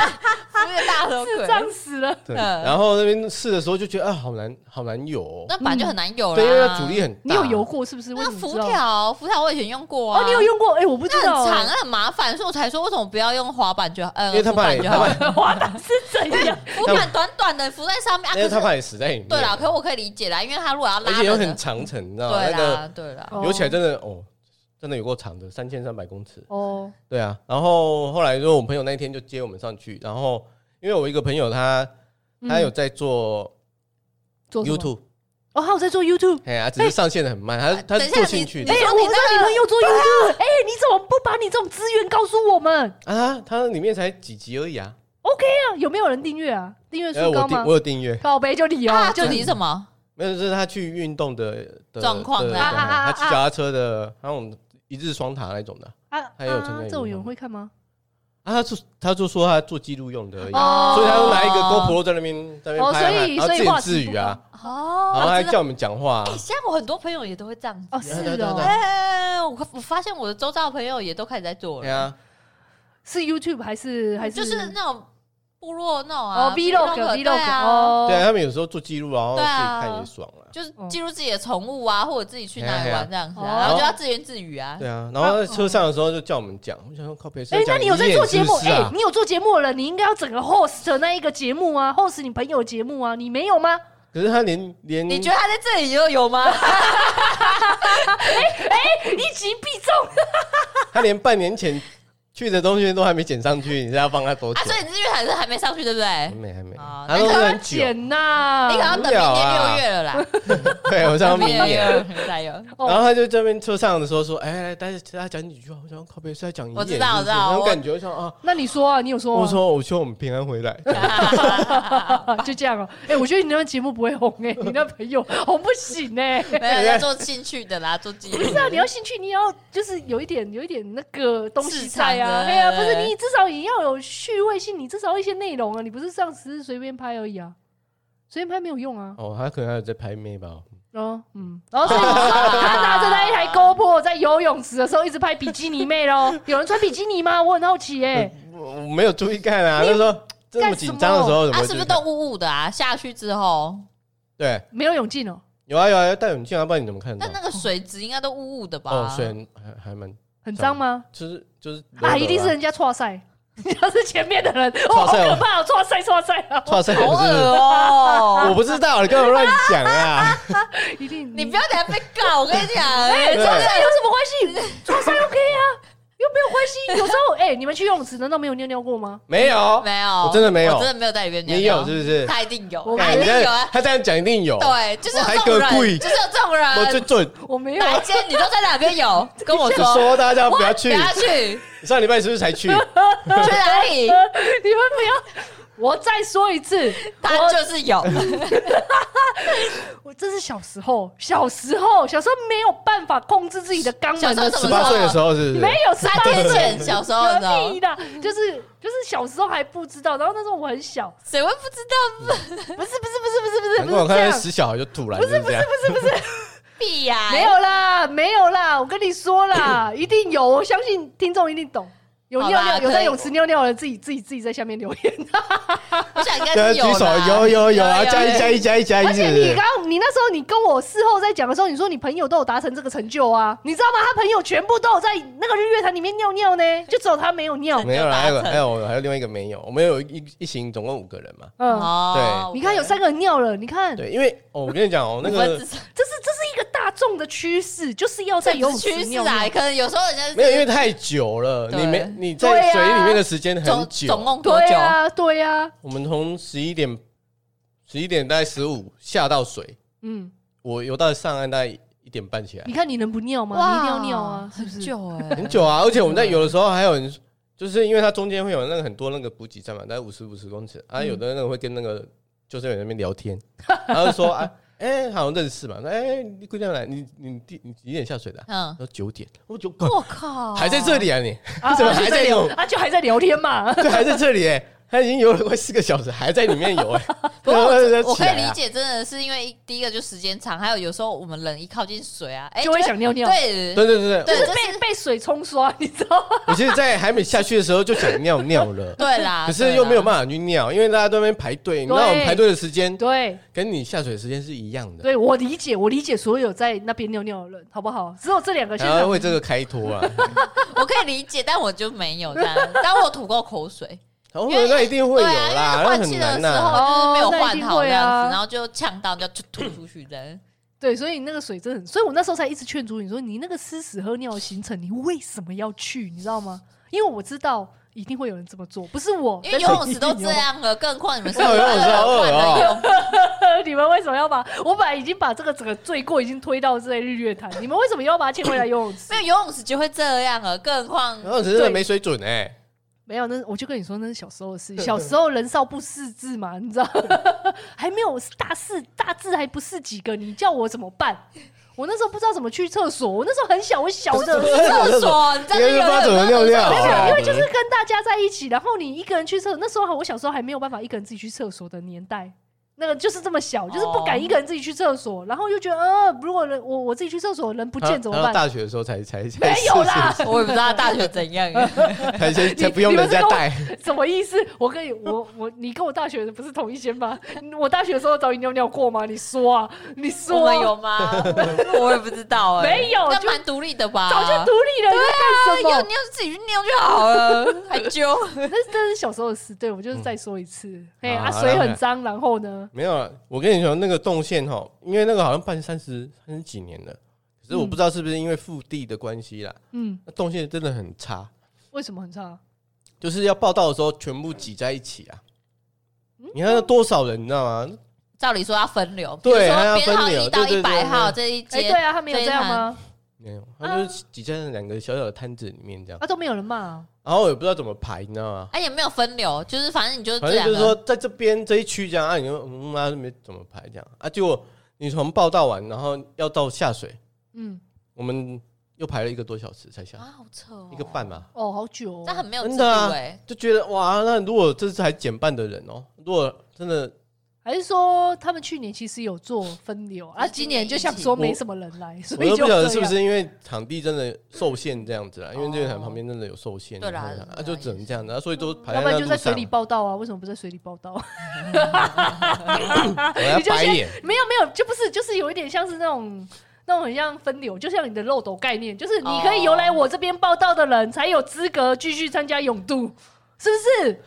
C: 福建
A: [LAUGHS]
C: 大河
A: 死，
C: 鬼，
A: 胀死了。
D: 对，
C: 嗯
D: 然后那边试的时候就觉得啊，好难，好难游、哦。
C: 那本来就很难有啦。
D: 对，因为它阻力很大。啊
A: 你有游过是不是？为什
C: 那个
A: 么知
C: 浮
A: 道？
C: 条，浮条我以前用过
A: 哦，
C: 啊。
A: 你有用过？哎，我不知
C: 那
A: 道
C: 很长，
A: 哎。
C: 那很麻烦，所以我才说为什么不要用滑板就好，呃，
D: 因为他
C: 浮
D: 怕你
C: 板就好。
A: [LAUGHS] 滑板是怎样？
C: 浮板短短的浮在上面啊，
D: 因为
C: 可
D: 它
C: 是
D: 怕你死在里面。
C: 对啦，可是我可以理解啦，因为他如果要
D: 而
C: 拉
D: 且又
C: 人
D: 很
C: 的，
D: 长程，你知道吗？
C: 对
D: 那个
C: 啦，对啦，
A: 哦
D: [LAUGHS] 游起来真的哦，真的有够长的，三千三百公尺。
A: 哦，
D: 对啊，然后后来就我朋友那一天就接我们上去，然后因为我一个朋友他
A: 嗯
D: 他有在做
A: 做什么
D: YouTube，
A: 哦，还有在做 YouTube。
D: 哎呀，只是上线的很慢，他
C: 等
D: 他是
C: 一下
D: 做
C: 你
D: 兴趣的
A: 哎、
C: 你说
A: 我知
C: 那
A: 道
C: 个
A: 你朋友做 YouTube，哎、你怎么不把你这种资源告诉我们
C: 哎
D: 啊，他里面才几集而已啊。
A: ？OK 啊，有没有人订阅啊？订阅数
D: 然后
A: 高
D: 哎我订
A: 吗
D: 我？有订阅，
A: 告白就你哦、
C: 啊，
A: 就
C: 主
A: 你
C: 题是什么？
D: 没有就是他去运动的的
C: 状况
D: 的
C: 啊
D: 的
A: 啊啊
D: 他
A: 啊
D: 骑脚踏车的，那种一日双塔那种的
A: 啊
D: 还有参加
A: 这种有人会看吗？
D: 啊，他就他就说他做记录用的而已，
A: 哦
D: 所以他就拿一个 GoPro 在那边在那边
A: 哦
D: 拍啊
A: 所
D: 拍，
A: 以
D: 然后
A: 所以
D: 自言
A: 画质
D: 自
A: 不
D: 语啊，
C: 哦，
D: 然后还
C: 知道
D: 叫我们讲话啊
C: 哎，。现在我很多朋友也都会这样子。
A: 哦，是
D: 对对对
A: 哦、
D: 对
C: 哎，我我发现我的周遭的朋友也都开始在做
D: 对
C: 了，
D: 啊，
A: 是 YouTube 还是还是
C: 就是那种部落那种啊
A: 哦 Vlog
C: 对
A: Vlog
C: 啊，
A: 哦，
D: 对啊，他们有时候做记录，然后自
C: 对
D: 己
C: 啊
D: 看也爽啊。
C: 就是记录自己的宠物啊，或者自己去哪里玩这样子
A: 嘿
C: 啊，
A: 啊
C: 然后就要自言自语啊。
D: 对啊，然后在车上的时候就叫我们讲，我想说靠北是
A: 哎、
D: 在讲
A: 那
D: 演
A: 你
D: 是
A: 有
D: 不是啊。
A: 在做节目？哎、你有做节目了，你应该要整个 host 那一个节目啊，host 你朋友的节目啊，你没有 [LAUGHS] 吗？
D: 可是他连连
C: 你觉得他在这里有有吗？
A: 一击必中，
D: 他连半年前去的东西都还没剪上去，你是要帮他多久
C: 啊，？所以你是因为还是还没上去，对不对
D: 还？没还没，
C: 哦
D: 他都
A: 你
D: 是
A: 可要
D: 很久。
A: 剪呐、
C: 你可能要等明
D: 无聊
C: 年
D: 啊
C: 六月了
D: [LAUGHS]
C: 啦，
D: 对，我上明
C: 明年
D: 年。
C: 六月加
D: [LAUGHS]
C: 油。
A: 哦
D: 然后他就这边车上的时候说：“哎，大家大家讲几句话。”我想靠北是在讲演，
C: 我知道我
D: 是不是
C: 知道
D: 那种
C: 我
D: 感觉，我想啊，
A: 那你说啊，你有说吗？
D: 我说我希望我们平安回来。
A: [LAUGHS] 就这样哦、哎、我觉得你那个节目不会红哎、你那朋友红不行哎、
C: 没有在做兴趣的啦，做记
A: [LAUGHS]
C: 录
A: 不。是啊，你要兴趣，你也要就是有一点有一点那个东西
C: 市场
A: 在啊，
C: 的
A: 哎呀、不
C: 对
A: 是你至少也要有趣味性，你至少要一些内容啊，你不是这样只是随便拍而已啊，随便拍没有用啊。
D: 哦，他可能还有在拍妹吧？
A: 哦，嗯，然后所以你说他拿着那一台 GoPro 在游泳池的时候一直拍比基尼妹咯， [LAUGHS] 有人穿比基尼吗？我很好奇哎、
D: 我我没有注意看啊，那时候这么紧张的时候，怎么嗯
C: 他
D: 会
C: 啊是不
D: 注
C: 是
D: 意
C: 都
D: 看
C: 雾雾的啊？下去之后，
D: 对？
A: 没有泳镜哦、
D: 有啊有啊，要戴眼镜啊，不然你怎么看得
C: 那
D: 到？
C: 那个水质应该都雾雾的吧？
D: 哦，虽然还还蛮，
A: 很脏吗？
D: 就是就是
A: 啊，一定是人家错赛， [LAUGHS] 人家是前面的人，哦，好
D: 赛哦
A: 可怕、哦， [LAUGHS] 错赛错赛啊，
D: 哇塞，
C: 好
D: 不
C: 恶 [LAUGHS]
D: 是，
C: 哦！
D: 我不知道，你根本乱讲啊！
A: 一定
C: 你不要等下被告，我跟你讲，
A: 哎，
D: 对
A: 错赛有什么关系？错赛 OK 啊，又没有关系。有时候哎，你们去游泳池难道没有尿尿过吗？
D: 没有，
C: 没有，
D: 我真的没有
C: 我真的没有在里面尿
D: 你
C: 尿。
D: 有是不是？
C: 他一定有，
A: 我
C: 他一
D: 哎你
C: 定
D: 这
C: 有啊！
D: 他这样讲一定有，
C: 对，就是有
D: 还
C: 这种
D: 隔柜
C: 人，就是有这种人。
D: 我最准。
A: 我没有啊
C: [LAUGHS] 哪，一间你都在哪边
D: [LAUGHS]
C: 有？跟我
D: 我
C: 说，
D: 说大家不要去
C: 不，要去，去
A: [LAUGHS]
D: 你上礼拜是不是才去？
C: 哪里？
A: 你们不要。我再说一 [LAUGHS] 次，
C: 他就是
D: [LAUGHS]
C: 有，
A: 我这是小时候，小时候，小时候没有办法控制自己的肛门的
C: 小时候
A: 时
C: 怎
A: 候
C: 么，
D: 八岁的时候是不是
A: 没有十
C: 三
A: 八
C: 天
A: 岁
D: [LAUGHS]
C: 前小时候你知道
A: 何必，的？就是就是小时候还不知道，然后那时候我很小，
C: 谁会不知道
A: 不是不是不是不是
D: 难
A: 不是不
D: 怪我
A: 是这
D: 看
A: 样
D: 到，死小孩就突然就是这样，
C: 必 [LAUGHS]
A: [LAUGHS]
C: 呀？
A: 没有啦没有啦，我跟你说啦，一定有，我相信听众一定懂。有
C: 好
A: 尿
C: 啦
A: 尿，有
C: 可
A: 在
C: 以
A: 泳池尿尿的，自己自己自己在下面留言。
C: 我想应该
D: 对，啊 [LAUGHS]
C: 是
D: 举
C: 有啦
D: 手，有有有啊，加一加
C: 有
D: 一加一加一，
A: 而且
D: 是不
A: 你
D: 是
A: 刚你那时候你跟我事后在讲的时候，你说你朋友都有达成这个成就啊，你知道吗？他朋友全部都有在那个日月潭里面尿尿呢，就只有他没有尿。
D: 没有啦，
C: 就八
D: 还有
C: 层
D: 还有还有另外一个没有，我们有一一行总共五个人嘛，
A: 嗯，
C: 哦，
A: 你看有三个人尿了，你看
D: 对，因为哦，我跟你讲哦，那
C: 嗯五分
D: 个
C: 之三
A: 这是这是一个大众的趋势，就是要在
C: 这
A: 游
C: 有
A: 泳池
C: 趋势
A: 尿尿。
C: 啊，可能有时候人家
D: 没有，因为太久了，
C: 对啊
D: 你没你
A: 对
D: 在
A: 啊
D: 水里面的时间很
C: 总
D: 久，
C: 总共多
A: 对
C: 久？
A: 呀，对啊呀，
D: 我们从十一点十一点大概十五下到水，
A: 嗯，
D: 我游到上岸大概一点半起来
A: 你，看你能不尿吗？你一定要尿
C: [LAUGHS]
A: 啊，是不是？
C: 久哎
D: 很久啊，而且我们在游的时候还有人。就是因为它中间会有那个很多那个补给站嘛，大概五十五十公尺啊，有的那个会跟那个救生员那边聊
C: [LAUGHS]
D: 天，然后就说啊，哎、好像认识嘛，那哎、你姑娘来，你你第你几点下水的、啊？
C: 嗯
D: 然，后九点，我九
C: 我靠，
D: 还在这里啊你，
A: 啊
D: 怎么还在游？
A: 啊，就还在聊天嘛。
D: 对，还在这里哎、他已经游了快四个小时，还在里面游哎、
C: [LAUGHS] 不过
D: 然后
C: 我我
D: 起
C: 可以
D: 来
C: 理
D: 啊
C: 解，真的是因为一第一个就时间长，还有有时候我们人一靠近水啊，哎
A: 就会想尿尿
C: 对
D: 对对对对，
C: 对，
A: 就是
C: 这
A: 被
C: 是，
A: 被水冲刷， [LAUGHS] 你知道吗？
D: 我其实，在还没下去的时候就想尿尿了
C: [LAUGHS]
D: [LAUGHS]
C: 对啦，
D: 可是又没有
C: 办
D: 办法去尿，因为大家都在那边排队，你知道我们排队的时间
A: 对，
D: 跟你下水的时间是一样的，
A: 对我理解，我理解所有在那边尿尿的人，好不好？只有这两个现
D: 然
A: 在
D: 后为这个开脱啊，
C: 法，我可以理解，但我就没有这样，但我吐过口水，
D: 然后
C: 因为
D: 那一定 [LAUGHS] 会
C: 对
D: 有
C: 啊，因
D: 啦，
C: 为
D: 那
C: 换
D: 很
C: 气的
D: 难
C: 时
D: 呐。
C: 候就是没有
A: 哦那一
C: 换
A: 定
C: 好
A: 会啊
C: 这样子，然后就呛到，就吐吐出去的，
A: 对，所以那个水真的很，所以我那时候才一直劝阻你说，你那个吃屎喝尿的行程，你为什么要去？你知道吗？因为我知道一定会有人这么做，不是我，
C: 因为游泳池都这，样了，更何况你
D: [LAUGHS]
C: 们是
D: 哎呦我知道哎呦
C: 游泳，
A: [LAUGHS] 你们为什么要把？我本来已经把这个整个罪过已经推到这日月潭，你们为什么又要把它牵回来游泳池
C: 没？有游泳池就会这样了，更何
D: [LAUGHS]
C: 况
D: 然后只是没水准哎，
A: [CLEARS THROAT] 没有，那我就跟你说，那是小时候的事。小时候人少不识字嘛，你知道， [LAUGHS] 还没有大四大字还不是几个，你叫我怎么办？我那时候不知道怎么去厕所，我那时候很小，我小的，没
C: 厕所，你在
D: 应
C: 那边
D: 该是
C: 游
D: 不知道怎么
C: 泳
D: 尿尿
A: 有没有，
D: 啊，
A: 因为就是跟大家在一起，然后你一个人去厕所，那时候我小时候还没有办法一个人自己去厕所的年代。那个就是这么小，就是不敢一个人自己去厕所，然后又觉得，呃，如果人我我自己去厕 [LAUGHS] 所人不见怎么
D: 然后
A: 办？
D: 啊大学的时候才才才
A: 没有啦，
C: [LAUGHS] 我也不知道大学怎样，
A: [LAUGHS]
D: 才才才不用人家带，
A: 什么意思？我跟你，我我你跟我大学的不是同一间吗？嗯我大学的时候找你尿尿过吗？你说 [LAUGHS] 啊，你
C: 我
A: 说、
C: 们
A: 啊、
C: 有吗？ [LAUGHS] 我也不知道哎，
A: 没有
C: 那
A: 就
C: 蛮独立的吧？
A: 早就独立了，你在干什
C: 要
A: 么？
C: 尿自己去尿就
A: [LAUGHS]
C: 好了，还揪。
A: 那这是小时候的事，对我就是再说一次，哎、
D: 啊
A: 啊，
D: 好
A: 水
D: 了
A: 很脏，然后呢？
D: 没有啊，我跟你说，那个动线哈，因为那个好像办三十三十几年了，可是我不知道是不是因为腹地的关系啦，
A: 嗯，
D: 那动线真的很差，
A: 为什么很差？
D: 就是要报道的时候全部挤在一起啊。你看那多少人，你知道吗？
C: 照理说要分流，比
D: 对
C: 如说
D: 还要
C: 编号
D: 分流
C: 一到
D: 对对
C: 一百
D: 对
C: 号
D: 对
C: 这一
A: 哎、
C: 节，
A: 对啊，他没有这样吗？
D: 没有，他就是挤在那两个小小的摊子里面这样，
A: 啊，都没有人骂、啊，
D: 然后我也不知道怎么排，你知道吗？
C: 哎也没有分流，就是反正你就是
D: 反
C: 这两
D: 正就是说
C: 个，
D: 在这边这一区这样，啊，你就嗯妈没怎么排这样啊，结果你从报道完，然后要到下水，
A: 嗯，
D: 我们又排了一个多小时才下，
C: 啊好扯哦，
D: 一个半，吧。
A: 哦，好久、哦，
C: 但很没有制
D: 真
C: 度
D: 的啊
C: 哎，
D: 就觉得哇，那如果这次还减半的人哦、如果真
C: 哦
D: 的
A: 还是说他们去年其实有做分流啊，
C: 就是
A: 今
C: 今
A: 年
C: 年
A: 就想说没什么人来，所
D: 我
A: 以
D: 都
A: 就
D: 不晓得
A: 这
D: 是不
A: 样
D: 是因为场地真的受限这样子啦，因为
C: 哦
D: 这个台旁边真的有受限，
C: 对啦
D: 你看看
C: 对啦
D: 啊，就只能这样子，啊所以都排
A: 要不然
D: 在那
A: 就
D: 路
A: 在
D: 上，
A: 水里报道啊？为什么不在水里报道？啊 [LAUGHS]
D: 我要
A: 你就
D: 哎白
A: 先
D: 眼，
A: 没有没有，就不是，就是有一点像是那种那种很像分流，就像你的漏斗概念，就是你可以游
D: 哦
A: 来我这边报道的人才有资格继续参加泳渡，是不是？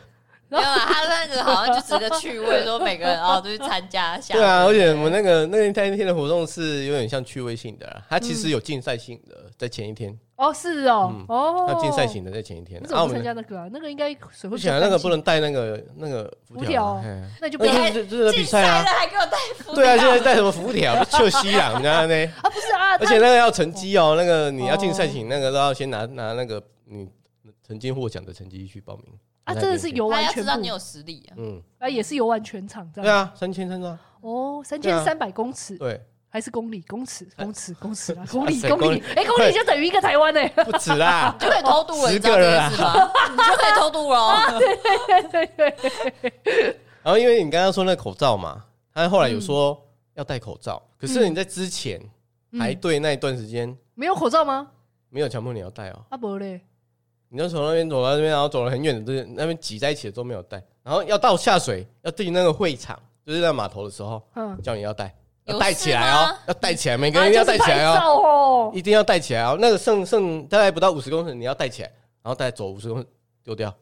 C: 没有啊，他那个好像就只是个趣味，说每个
A: [LAUGHS]
C: 人哦都去参加一下，
D: 对啊，而且我们那个那一天的活动是有点像趣味性的啦，它其实有竞赛性的，在前一天，
A: 哦，是哦，
D: 嗯
A: 哦，
D: 它竞赛型的在前一天
A: 你，怎
D: 啊，
A: 么
D: 我
A: 不参加
D: 们
A: 那个啊？那个应该水会
D: 不
A: 比
D: 行
A: 较
D: 啊，那个
A: 干
D: 不
A: 净，
D: 能带那个那个浮
A: 浮
D: 条
A: 条
D: 啊，嘿
A: 那就不
D: 那
A: 要
D: 个就是就是比赛啊
C: 竞赛，了还给我带福
D: 对啊，现
C: 利
D: 在带什么浮
A: [LAUGHS]
D: 条，就西朗，你知道呢？
A: 啊，不是啊，
D: 而且那个要成绩哦，那个你要
A: 哦
D: 进赛艇，那个都要先拿拿那个你曾经获奖的成绩去报名。
A: 啊，真的是游
C: 他
A: 完
C: 要
A: 全
C: 知
A: 部
C: 道你有实力啊。
D: 嗯，
A: 啊，也是游完全场这
D: 对
A: 样。
D: 啊，三千三啊，
A: 哦，三
D: 对
A: 千
D: 啊哎
A: 三百公尺
D: 对，
A: 还是公里？公尺，公尺，公尺
D: [LAUGHS]
A: 啊，公里，
B: 塞
A: 公
B: 公
A: 里
B: 里，
A: 哎，公里就等于一个台湾哎。
B: 不止
A: [LAUGHS]
B: 啦，
C: 就可以偷渡了，
B: 十
C: 你知道
B: 个
C: 这
B: 人
C: 件
B: 啊
C: 事吗？你就可以偷渡了哦。
D: 然后因为你刚刚说那口罩嘛，他后来有
A: 嗯
D: 说要戴口罩，可是你在之前排队那一段时间
A: 没有口罩吗？
D: 没有强迫你要戴哦，
A: 啊，不嘞，
D: 你就从那边走到那边，然后走了很远的这那边挤在一起的都没有戴，然后要到下水要进那个会场，就是在码头的时候
A: 嗯，啊
D: 叫你要戴，
C: 有
D: 要戴起来
C: 事
D: 哦
C: 吗，
D: 要戴起来，每
A: 你
D: 个人要戴起来哦，
A: 哦。
D: 一定要戴起来哦，那个剩剩大概不到五十公尺，你要戴起来，然后带走五十公尺丢掉，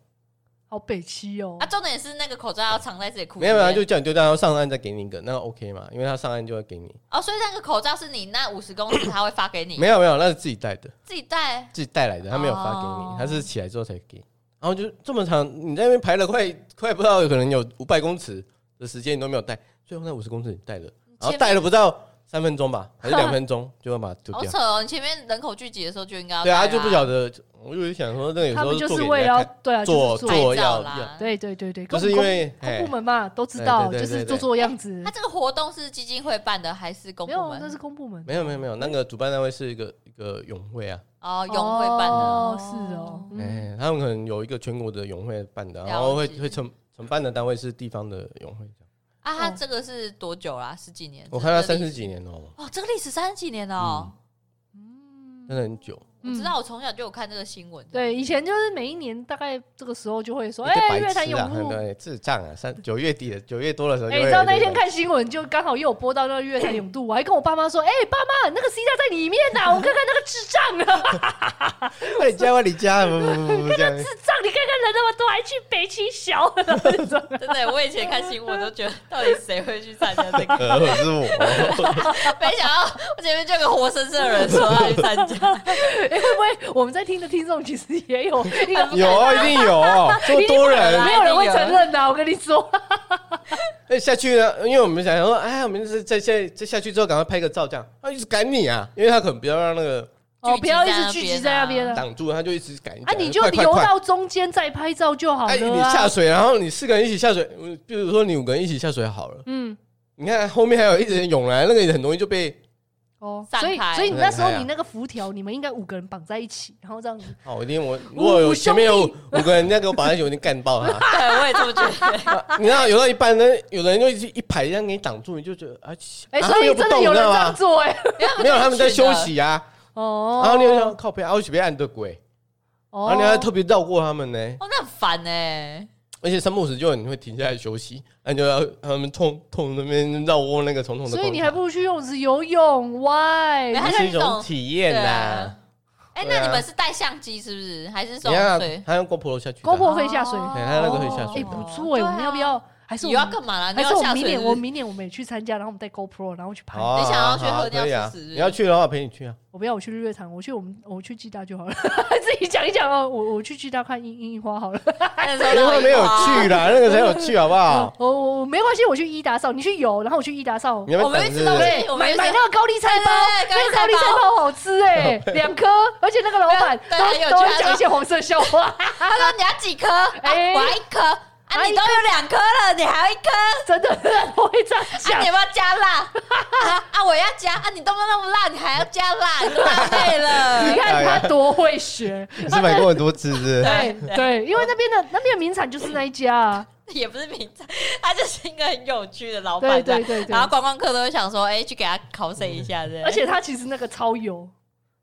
A: 好北七哦
C: 啊，，重点是那个口罩要藏在自己裤子里
D: 没
C: 面。
D: 有没有就叫你丢掉，然后上岸再给你一个，那个 OK 嘛，因为他上岸就会给你，
C: 哦，所以那个口罩是你那五十公尺，他会发给你，
D: 没有没有，那是自己带的。
C: 自己戴。
D: 自己带来的，他没有发给
C: 哦
D: 你，他是起来之后才给。然后就这么长，你在那边排了快快不知道，可能有五百公尺的时间，你都没有带，最后那五十公尺你带了，然后带了不到三分钟吧，还是两分钟，就要把它丢
C: 好
D: 掉
C: 扯。哦！你前面人口聚集的时候就应该要
D: 对
C: 戴
D: 啊，
C: 啊，
D: 就不晓得，我就想说，那有时
A: 他
D: 候
A: 们就
D: 做
A: 是
D: 给
A: 为
D: 人
A: 了
D: 家
A: 要
D: 看，
A: 对啊，
D: 做
A: 就是
C: 拍
D: 做
C: 照
D: 要
C: 啦。
A: 对对对对，
D: 就是因为
A: 公
D: 哎
A: 公部门嘛都知道，
D: 对
A: 就
D: 对对
A: 是
D: 对
A: 做做样子
C: 他。这个活动是基金会办的还是公
A: 没
C: 部
A: 有，啊
C: 门？
A: 那是公部门。
D: 没有没有没有，那个主办单位是一个一个泳会啊，
C: 哦，永会办的
A: 哦是哦，嗯
D: 哎，他们可能有一个全国的泳会办的，然
C: 了
D: 后会
C: 解
D: 会承承办的单位是地方的泳会这样。
C: 啊，他
A: 哦
C: 这个是多久啦？十几年？
D: 我看他
C: 这个
D: 三
C: 历
D: 十
C: 史
D: 几年
A: 嗯
D: 哦，
C: 哦，这个历史三十几年了哦。
D: 真的很久。
C: 我知道，我从小就有看这个新闻。，
A: 嗯对，以前就是每一年大概这个时候就会说，
D: 一个
A: 哎，
D: 白
A: 乐坛
D: 痴
A: 有
D: 啊，
A: 物。
D: 对，智障啊！三九月底的九月多的时候就
A: 哎、你
D: 会有一
A: 知
D: 个
A: 道
D: 人，
A: 那天看新闻，就刚好又有播到那个乐坛永度，我还跟我爸妈说：“哎、爸妈，那个 C 大在里面呐、我看看那个智障啊，
D: 快点加，快点加，不不不不这样，
A: 智障，你看看人那么多，还去北青小。啊
C: 真的，我以前看新闻都觉得，到底谁会去参加这个？
D: 呃，
A: [LAUGHS]
D: 是我，
C: 没想到我前面就有个活生生的人说要去参
D: [LAUGHS]
C: 加，
A: [LAUGHS] 哎会不会我们在听的听众其实也有一个
D: 有啊，一定有，这么多人，
A: 没有人会承认的、我跟你说，
D: 那哎下去呢？因为我们想说，哎，我们是在在在下去之后，赶快拍个照，这样，他一直赶你啊，因为他可能不要让那个
A: 哦，不要一直 [LAUGHS] 聚
C: 聚
A: 集
C: 集
A: 在
C: 在
A: 那
C: 那
A: 边
C: 边啊
A: 了。
D: 挡住，他就一直赶你，
A: 啊，你就
D: 快快
A: 游
D: 快
A: 到中间再拍照就好了、啊
D: 哎，你下水，然后你四个人一起下水，嗯比如说你五个人一起下水好了，
A: 嗯，
D: 你看后面还有一直涌来，那个也很容易就被
A: 哦，
C: 散
A: 所以
C: 开
A: 所以你那时候
D: 散开啊
A: 你那个浮条，你们应该五个人绑在一起，然后这样子。
D: 好，一定哦我如果有前面有五个人，那个我把那有点干爆他。
C: 对我也这么觉
D: [LAUGHS]
C: 得。
D: 你知道有到一半呢，有的人就一一排这样给你挡住，你就觉得啊，
A: 哎、
D: 啊
A: 所以真的有人这样，做哎、
D: 他们又不动你知道吗没有他们在休息啊，
A: 哦，
D: 然后你就想靠边，啊，我是被按的鬼，
A: 哦，
D: 然啊后你还特别绕过他们呢，
C: 哦，那很烦哎。
D: 而且三不五时就你会停下来休息，那你就要他们痛痛那边绕过那个重重的
A: 所
D: 广场，
A: 以你还不如去游泳池游泳，why？
C: 没
D: 这是一种体验
C: 对
D: 呐
C: 啊。哎，
D: 对啊
C: 那你们是带相机是不是？还是手
D: 你看
C: 对？啊
D: 他用 GoPro 下去的，
A: 公婆可以下水，
C: 哦
D: 对他那个可以下
A: 哎，
D: 水
A: 不错哎，我们要不？要？还是
C: 对
A: 我
C: 啊你要
A: 们
C: 干嘛啦？你
A: 还是
C: 要
A: 我
C: 下
A: 们
C: 水
A: 明
C: 是
A: 年
C: 不是？
A: 我们明年我们也去参加，然后我们带 GoPro，然后我去拍
D: 好。啊
C: 你想要去
D: 好啊
C: 喝尿
D: 可以啊
C: 试试
D: 你要去的话，我陪你去啊。
A: 我不要，我去日月潭，我去我们我去暨大就好了。 [LAUGHS] 自己讲一讲哦，我我去暨大看樱樱花好了。
C: 那时候
D: 那哎个没有
C: 啊
D: 去啦，那个才有去好不好？
A: 我我我没关系，我去伊达少，你去游，然后我去伊达少。
D: 你要
C: 我
D: 不
C: 们
D: 要等
C: 一
D: 是
C: 直
D: 不
C: 都
D: 是
C: 对，哎我们
A: 买
C: 一直
A: 买那个高丽菜包，
C: 对对
A: 那
C: 对
A: 个高丽菜包好吃哎，两颗，而且那个老板
C: 对
A: 都
C: 对很有
A: 都会
C: 趣
A: 讲一些黄色笑话， [LAUGHS]
C: 他说你要几颗？啊
A: 哎
C: 我要一颗。啊，
A: 啊
C: 你都有两颗了，你还要一颗？
A: 真的都会这样
C: 啊，
A: 讲
C: 你。要不要加辣？啊啊，我要加啊！你都那么辣，你还要加辣，你都浪费
A: [LAUGHS]
C: 了 [LAUGHS]
A: 你。看他多会学， [LAUGHS]
D: 你是买过很多次是不是？ [LAUGHS]
C: [LAUGHS]
A: 对哎对，因为那边的那边的名产就是那一家啊，
C: 也不是名菜，他就是一个很有趣的老
A: 对
C: 板。
A: 对对对
C: 然后观光客都会想说，哎，去给他考试一下这。
A: 而且它其实那个超油，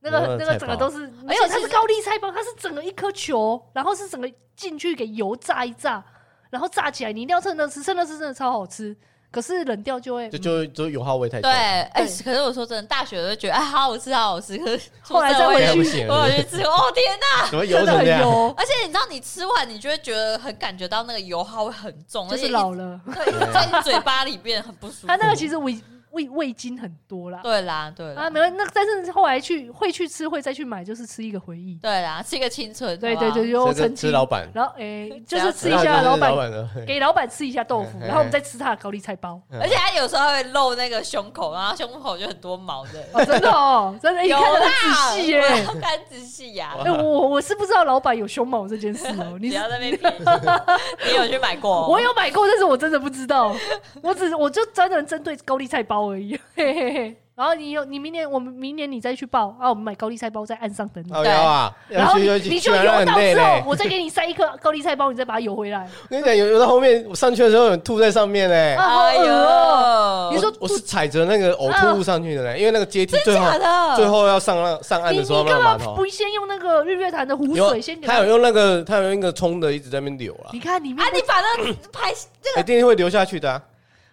A: 那
D: 有没
A: 个
D: 有
A: 那个
D: 哦菜
A: 整个
D: 包
A: 都是没有，
C: 而且
A: 它是
C: 其实
A: 高丽菜包，它是整个一颗球，然后是整个进去给油炸一炸，然后炸起来，你一定要趁热吃，趁热吃真的超好吃，可是冷掉就会
D: 就
A: 嗯
D: 就就油耗味太重
C: 对，。哎，
A: 对
C: 可是我说真的，大学我就觉得哎，好好吃，好好吃。可是
A: 后来
C: 出
A: 再
C: 社会
A: 回
D: 不
A: 去
D: 行，
C: 我有去吃，哦天哪！
D: [LAUGHS] 怎么
A: 嗯
D: 油
A: 真的
D: 成
A: 很
D: 这样？
C: [LAUGHS]
A: 油，
C: 而且你知道，你吃完你就会觉得很感觉到那个油耗会很重，
A: 就
C: 而且
A: 是
C: 一
A: 老了。
C: 对，在你嘴巴里面很不舒服。
A: 它那个其实味味味精很多啦。
C: 对啦，对啦
A: 啊，，没关系。那但是后来去会去吃，会再去买，就是吃一个回忆。
C: 对啦，吃个青春，
A: 对
C: 好不
A: 对
C: 好
A: 对，就
D: 吃
A: 曾
D: 个
A: 经
D: 吃，老板，啊
A: 然后
C: [LAUGHS]
A: 诶、就
C: 这样
A: 是 [LAUGHS]
C: 子
A: 吃一下老板， [LAUGHS]
D: 的，嘿
A: 给老板吃一下豆腐，
D: 嗯
A: 然后我们再吃他的高丽菜包。
C: 而且他有时候还会露那个胸口，然后胸口就很多毛的。
A: 哦，真的
C: [LAUGHS]
A: 哦，真的，你
C: 有啊
A: 看得
C: 啦，
A: 很仔细耶。
C: 我要看仔细呀、
A: 哎、我我我是不知道老板有胸毛这件事
C: [LAUGHS]
A: 哦，
C: 不
A: 你
C: 要在那边骗
A: [LAUGHS]
C: 人，你有去买过哦、
A: 我有买过，但是我真的不知道，我只我就专门针对高丽菜包而已。嘿嘿嘿。然后你有你明年我们明年你再去报啊，我们买高丽菜包再岸上等你。
D: 靠腰啊，
A: 然后你
D: 要去
A: 你就
D: 去
A: 游
D: 完
A: 到
D: 很累
A: 之
D: 嘞 [LAUGHS]
A: 后，。我再给你塞一颗高丽菜包，你再把它游回来。
D: 我跟你讲，游游到后面，我上去的时候有人吐在上面嘞。
A: 啊，好
C: 哎
A: 恶哦
C: 呦，
A: 你说嗯
D: 我是踩着那个呕吐物上去的嘞，因为那个阶梯最后
C: 假的，
D: 最后要上岸上岸
A: 你
D: 的时候，
A: 你
D: 那
A: 干
D: 个
A: 嘛
D: 码头
A: 不先用那个日月潭的湖
D: 有
A: 水先给
D: 他有用那个他有用一个冲的一直在那边流啦
A: 你，看里面
C: 啊，你把那个拍
D: 一定会流下去的啊，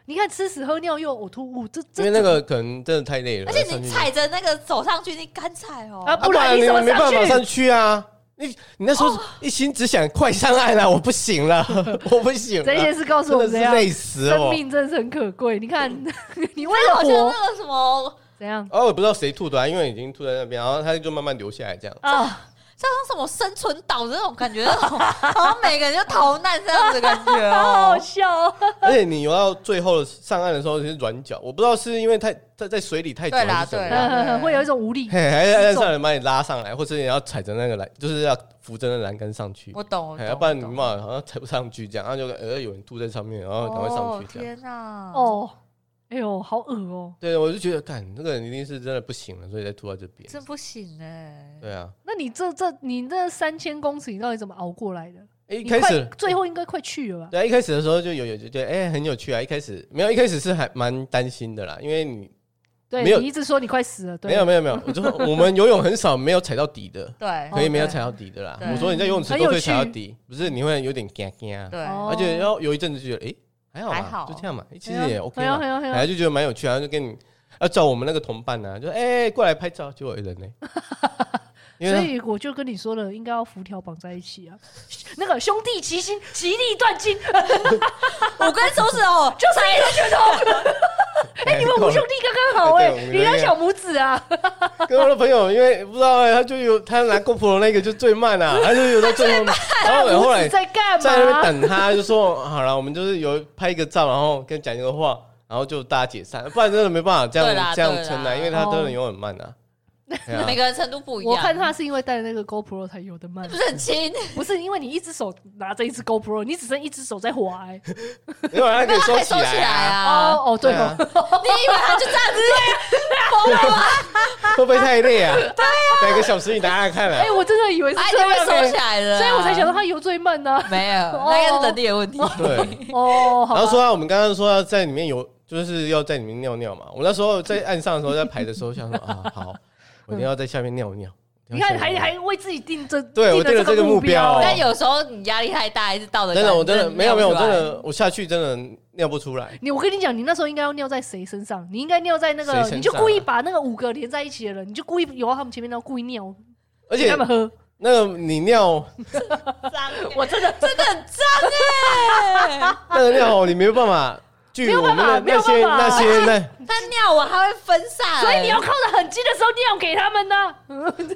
A: 你看吃屎喝尿又呕吐物，这
D: 因
A: 这
D: 为那个可能真的太累了。
C: 而且
D: 上
C: 你
D: 去
C: 踩着那个走上去，你敢踩哦、
A: 啊
D: 啊，
A: 不
D: 不
A: 然
D: 然
A: 你
D: 你
A: 怎么
D: 们没办法
A: 上
D: 上去啊！你你那时候一心只想快上岸啊了，我不行了， [LAUGHS] 我不行
A: 这件
D: 了，
A: 事告诉
D: 真
A: 我
D: 的
A: 们
D: 是
A: 怎样，
D: 累死
A: 生
D: 我。
A: 命真的是很可贵。你看， [LAUGHS] 你为
C: 那
A: 了
C: 好像
A: 活
C: 那个什么，
A: 怎样
D: 然后我不知道谁吐的、啊，因为已经吐在那边，然后它就慢慢流下来，这样。
A: 啊？
C: 像什么生存岛的那种感觉，那种好像每个人就逃难这样子的感觉
A: [LAUGHS] 好
C: 哦、
A: 好笑哦！
D: 而且你游到最后的上岸的时候是软脚，我不知道是因为太在在水里太久
C: 对啦
D: 还是怎么
C: 对
D: 样，
C: 啦
A: 会有一种无力。
D: 嘿，还在上人把你拉上来，或者你要踩着那个栏，就是要扶着那栏杆上去，
C: 我懂，我
D: 嘿
C: 懂，
D: 哎要不然你
C: 我懂
D: 嘛好像踩不上去这样，然后就呃有人吐在上面，然后赶快上去
C: 哦
D: 这样。
C: 天哪！哦，
A: 哦，哎呦，好恶哦！
D: 对，我就觉得，干，那个人一定是真的不行了，所以才吐到这边。
C: 真不行哎、
D: 对啊，
A: 那你这这你这三千公尺，你到底怎么熬过来的？
D: 诶一
A: 你
D: 开
A: 快
D: 始
A: 最后应该快去了吧？
D: 对啊，一开始的时候就有有就觉得哎、很有趣啊。一开始没有，一开始是还蛮担心的啦，因为你
A: 对
D: 没有
A: 你一直说你快死了，对，
D: 没有没有没有，我就我们游泳很少没有踩到底的，
C: 对
D: 可以没有
A: 哦对
D: 踩到底的啦。
C: 对
D: 我说你在游泳池
A: 很
D: 都
A: 有
D: 可以踩到
A: 趣
D: 底，不是你会有点惊惊啊，
C: 对，
A: 哦
D: 而且然后有一阵子就觉得哎、还好
C: 还
D: 啊，
C: 好
D: 就这样嘛，诶其
A: 哎
D: 实
A: 呦，
D: 也 OK 啊
A: 哎呦
D: 嘛，
A: 哎呦哎呦
D: 然后就觉得蛮有趣啊，然后就跟你要找我们那个同伴啊，就哎、过来拍照，结果
A: [LAUGHS]
D: 有人呢、因为
A: 所
D: 他
A: 以我就跟你说了，应该要辐条绑在一起啊， [LAUGHS] 那个兄弟齐心，其利断金，
C: 五根手
A: [LAUGHS]
C: 指哦，
A: 就是一个拳头。
D: [LAUGHS]
A: 哎、你们五兄弟刚刚好哎、
D: 对我们
A: 你当小拇指啊，
D: 跟我的朋友，因为不知道、欸、他就有他拿 GoPro 那个就最慢啊，他就有到最后，然后我后
A: [LAUGHS] 拇
D: 来
A: 指在干
D: 在那边
A: 嘛？
D: 等他，就说好了，我们就是有拍一个照，然后跟讲一个话，然后就大家解散，不然真的没办法这
C: 对啦
D: 样这样
C: 对啦
D: 撑啊，因为他真的游很慢啊。
C: [LAUGHS]
D: 对啊
C: 每个人程度不一样。
A: 我看他是因为带那个 GoPro 才游的慢
C: 不，是很亲，
A: [LAUGHS]
C: [LAUGHS]
A: 不是因为你一只手拿着一只 GoPro，你只剩一只手在滑、哎
D: 因为他可以收
C: 还
D: 起
C: 收起
D: 来
C: 来
D: 啊，
C: 啊！
A: 哦哦，对哦
D: 啊，，
C: 你以为他就这样子？
D: 会不会太累啊？对啊，两个小时你拿来看
A: [LAUGHS] 哎、
D: 啊，
A: 我真的以为是
C: 他已
A: 这
C: 经被
A: 样、
C: 收
A: 哎
C: 起来了
A: [LAUGHS]
C: 啊，
A: 所以我才想到他游最慢呢、 [LAUGHS]
C: 没有，
A: 哦
C: 那应该是能力的问题。
D: 对。
A: 哦，好吧
D: 然后说到啊我们刚刚说要在里面游，就是要在里面尿尿嘛。我那时候在岸上的时候，在排的时候想说啊，好，我一定要在下面尿尿。
A: 你看
D: 一定要下
A: 还
D: 面尿
A: 还为自己定这
D: 对我定
A: 了
D: 了
A: 这
D: 这个目
A: 标
D: 标哦
C: 但有时候你压力太大，还是到了
D: 真的，我真的没有没有，我
C: 真
D: 真的我下去真的尿不出
A: [LAUGHS]
D: 来。
A: 你我跟你讲，你那时候应该要尿在谁身上？你应该尿在那
D: 谁
A: 个
D: 身，上啊
A: 你就故意把那个五个连在一起的人，你就故意游到他们前面，然后故意尿，
D: 而
A: 给
D: 且
A: 他们喝。
D: 那个你尿
A: [LAUGHS]
C: 我真的真的很脏哎！
D: 那个尿哦，你没有
A: [LAUGHS]
D: 办法，
A: 没
D: 据
A: 有
D: 我
A: 办
D: 们
A: 法
D: 的
A: 没有
D: 那些
A: 办法
D: 那些那
C: 他尿完还会分散，
A: 所以你要靠得很近的时候尿给他们呢、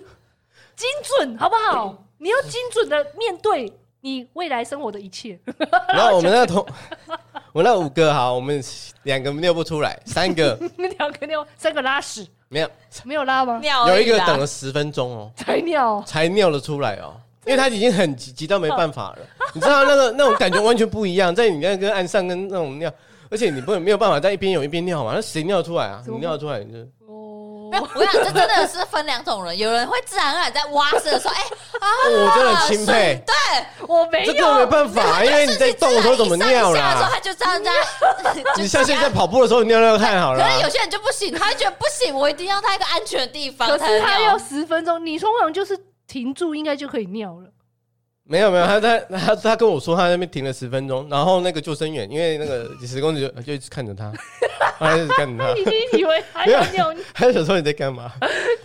A: 精准好不好？你要精准的面对你未来生活的一切。 [LAUGHS]
D: 然后我们那个同，我那五个哈，我们两个尿不出来，三
A: [LAUGHS]
D: 个
A: 两个尿，三个拉屎，
D: 没有，
A: 没有拉吗？
C: 尿
D: 有一个等
C: 了
D: 了十分钟哦，
A: 才尿。
D: 才尿了出来
A: [LAUGHS]
D: 哦。因为他已经很急，急到没办法了。你知道那个那种感觉完全不一样，在你那个岸上跟那种尿，而且你不能没有办法在一边有一边尿嘛，那谁尿得出来啊？
A: 怎么
D: 你
A: 会
D: 尿得出来你就
A: 哦
C: 没，有，我跟你讲，这真的是分两种人，有人会自然而然在挖屎的时候，哎、
D: 我真的 [LAUGHS] 很钦佩
C: 顺，对，
A: 我
C: 哎
A: 没
D: 这个没
A: 有。
C: [LAUGHS]
D: 办法，因为你在动的时候怎么尿
C: 一上一下的时候
D: 啦？
C: 他就这样这样，
D: [LAUGHS] 你下次在。跑步的时候你尿尿看好
C: 可
D: 了啊。
C: 是有些人就不行，他就觉得不行，我一定要在一个安全的地方
A: 可
C: 才能
A: 是他要
C: 尿。
A: 十分钟，你通常就是停住，应该就可以尿了。
D: 没有没有，他他他他跟我说他在那边停了十分钟，然后那个救生员因为那个几十公尺就就一直看着
C: [LAUGHS]
D: 他，他一直看着他，
A: 已经以为还要尿尿，
D: 他就想说你在干
C: [LAUGHS]
D: 嘛？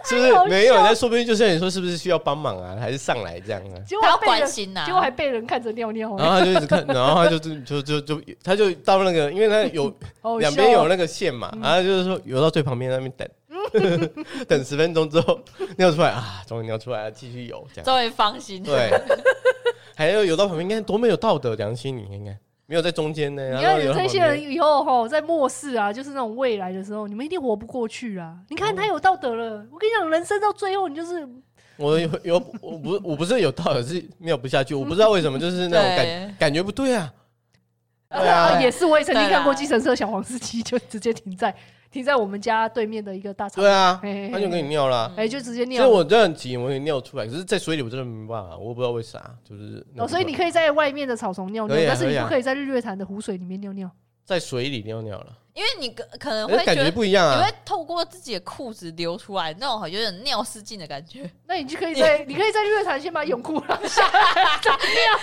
D: 是不
A: 太好
D: 是
A: 笑
D: 没有？那说不定就是你说是不是需要帮忙啊？还是上来这样
C: [LAUGHS]
D: 啊？
A: 结果
C: 他
A: 还
C: 要
A: 被人
C: 关心呐、
A: 结果还被人看着尿尿，
D: 然后他就一直看，然后他就就就就就他就到那个，因为他有
A: 好哦嗯
D: 两边有
A: 人
D: 那个线嘛，然后就是说游到最旁边那边等，
A: [LAUGHS]
D: 等十分钟之后尿出来啊，终于尿出来了，继续游这样。
C: 终于放心。
D: 对，还有游到旁边，你看多没有道德良心，你看看没有在中间呢。
A: 你
D: 然
A: 看
D: 后游
A: 有
D: 到
A: 这
D: 旁
A: 些
D: 边
A: 人以后吼，在末世啊，就是那种未来的时候，你们一定活不过去啦。你看
D: 哦
A: 他有道德了，我跟你讲，人生到最后，你就是
D: 我有有我不我不是有道德，是尿不下去，我不知道为什么，就是那种感
C: 对
D: 感觉不对啊。对
A: 啊，[LAUGHS]
D: 啊，
A: 也是我也曾经
C: 对啦
A: 看过计程车小黄司机就直接停在停在我们家对面的一个大厂，
D: 对啊
A: 嘿嘿嘿，
D: 他就给你尿啦。
A: 哎，就直接
D: 其
A: 尿
D: 实
A: 了。
D: 我真的很急，我也尿出来，可是，在水里我真的没办法，我不知道为啥，就是
A: 哦，所以你可以在外面的草丛尿尿
D: 可以，啊
A: 但是你
D: 可以
A: 不
D: 啊
A: 可以在日月潭的湖水里面尿尿。
D: 在水里尿尿了，
C: 因为你可可能
D: 可
C: 会
D: 是感
C: 觉
D: 觉
C: 得，
D: 不一样
C: 你
D: 啊
C: 会。透过自己的裤子流出来，那种好像有点尿失禁的感
D: [LAUGHS]
C: 觉。
A: 那你就可以在，你可以在日月潭先把泳裤拉下 [LAUGHS]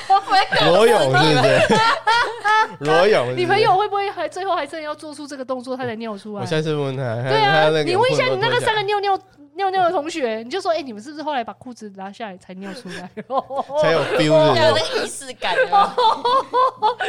C: 我会更
D: 裸泳是不是？裸泳是不是，
A: 你朋友会不会还最后还真的要做出这个动作，他才尿出
D: 我
A: 来？
D: 下次问他，
A: 对
D: 他
A: 啊
D: 那个，
A: 你问一下
D: 混
A: 你
D: 合
A: 那个
D: 多
A: 三个尿尿尿尿的同学，你就说，哎、你们是不是后来把裤子拉下来才尿出
D: [LAUGHS]
A: 来？哦
D: 角才有 feel 是不
C: 要有
D: 是
C: 那个仪式感。有没有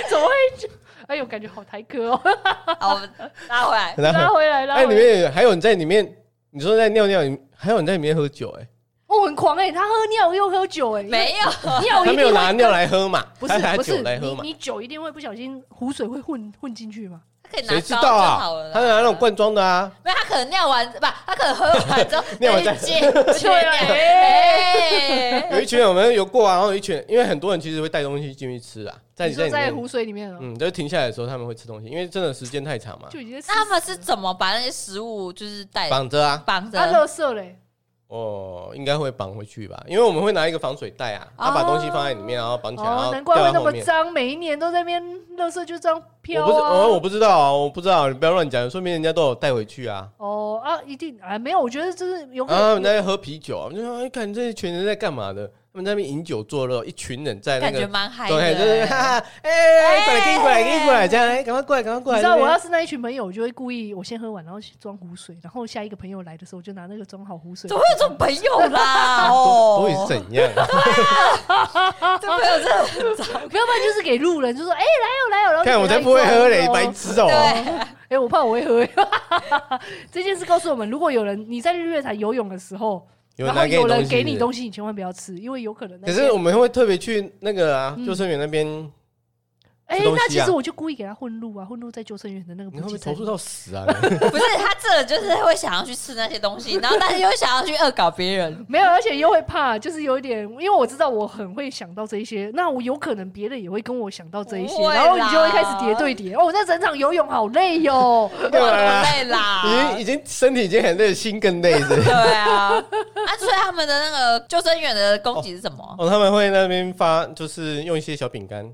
A: 怎么会这？哎呦，感觉好台科哦！ [LAUGHS]
C: 好，我们拉回
D: [LAUGHS]
C: 来。
D: 然
A: 拉
D: 后，
A: 回来，拉
D: 哎，里
A: 回来。
D: 面有还有你在里面，你说在尿尿，你还有你在里面喝酒，哎，
A: 我很狂哎、他喝尿又喝酒哎、
C: 没有，
A: 尿一
D: 他
A: 定
D: 没有
A: 会
D: 拿尿来喝嘛，
A: 不
D: 他
A: 是
D: 拿
A: 不
D: 酒
A: 是
D: 来喝嘛
A: 你，你酒一定会不小心湖水会混混进去嘛？
C: 他可以拿
D: 谁知
C: 刀
D: 道
C: 就好
D: 啊
C: 了？啦。
D: 他拿那种罐装的啊，
C: 没有，他可能尿完，不，他可能喝完之后
D: [LAUGHS] 尿完再
C: 直接接
A: 对啊
C: 尿。哎
D: 有一群人我们有过啊，然后有一群人，因为很多人其实会带东西进去吃啊，在
A: 你说
D: 在
A: 在
D: 里面，
A: 湖水里面哦、
D: 嗯，就是停下来的时候他们会吃东西，因为真的时间太长嘛，
A: 就已经在
C: 那他们是怎么把那些食物就是带
D: 绑着啊，
C: 绑
A: 啊，
C: 着？
A: 乐色嘞，
D: 哦，应该会绑回去吧，因为我们会拿一个防水袋啊，他把东西放在里面，然后绑起来，然
A: 哦，
D: 后
A: 难
D: 掉
A: 怪会
D: 到
A: 那
D: 后
A: 么
D: 面。
A: 脏，每一年都在那边乐色就这样
D: 我
A: 飘
D: 不是，
A: 啊。
D: 哦，我不知道啊，我不知道，你不要乱讲，说明人家都有带回去啊。
A: 哦啊，一定啊，没有，我觉得就是有可
D: 啊，
A: 能
D: 人家在喝啤酒啊，我就说，哎，看这一群人在干嘛的？他们在那边饮酒作乐，一群人在那
C: 感觉
D: 个，
C: 蛮嗨的
D: 对，就是 [LAUGHS]
C: 欸。
D: 哈哈，哎，过来，跟你过来，跟你过来，这样，哎，赶快过来，赶快过
A: 你
D: 来。
A: 知道
D: 这
A: 我
D: 边
A: 要是那一群朋友，我就会故意我先喝完，然后去装湖水，然后下一个朋友来的时候，我就拿那个装好湖水
C: 怎。么会有这种朋友啦？
D: [LAUGHS] 都
C: 哦，
D: 会怎样？
C: 这哦朋友真的很糟。
A: 没有，不然就是给路人，就说哎、来哦来哦，然后就
D: 看我
A: 给
D: 才
A: 他一
D: 不会
A: 罐
D: 喝嘞，
A: 哦
D: 白痴哦！
C: 对，
A: 哎、我怕我会喝。这件事告诉我们，如果有人你在日月潭游泳的时候，
D: 有
A: 然后
D: 人拿给
A: 有
D: 你
A: 人
D: 东西
A: 给
D: 是不
A: 你
D: 是，
A: 东西，你千万不要吃，因为有可能那
D: 可
A: 些。
D: 是我们会特别去那个啊，
A: 嗯
D: 救生员那边
A: 哎、
D: 吃东西
A: 那
D: 啊
A: 其实我就故意给他混入啊，混入在救生员的那个补
D: 你会不
A: 给站
D: 会投诉
A: 里。
D: 到死啊？
C: 不是他这人就是会想要去吃那些东西，然后但是又想要去恶搞别人。
A: 没有，而且又会怕，就是有一点，因为我知道我很会想到这一些，那我有可能别人也会跟我想到这一些
C: 不，会
A: 然后你
C: 啦
A: 就会开始叠对叠。哦，那整场游泳好累哦哟、
D: 对啊
C: 累
D: 已
C: 啦
D: 经已。经身体已经很累，心更累是不是。
C: 对啊，啊，所以他们的那个救生员的攻击是什么？
D: [LAUGHS] 哦，他们会那边发，就是用一些小饼干，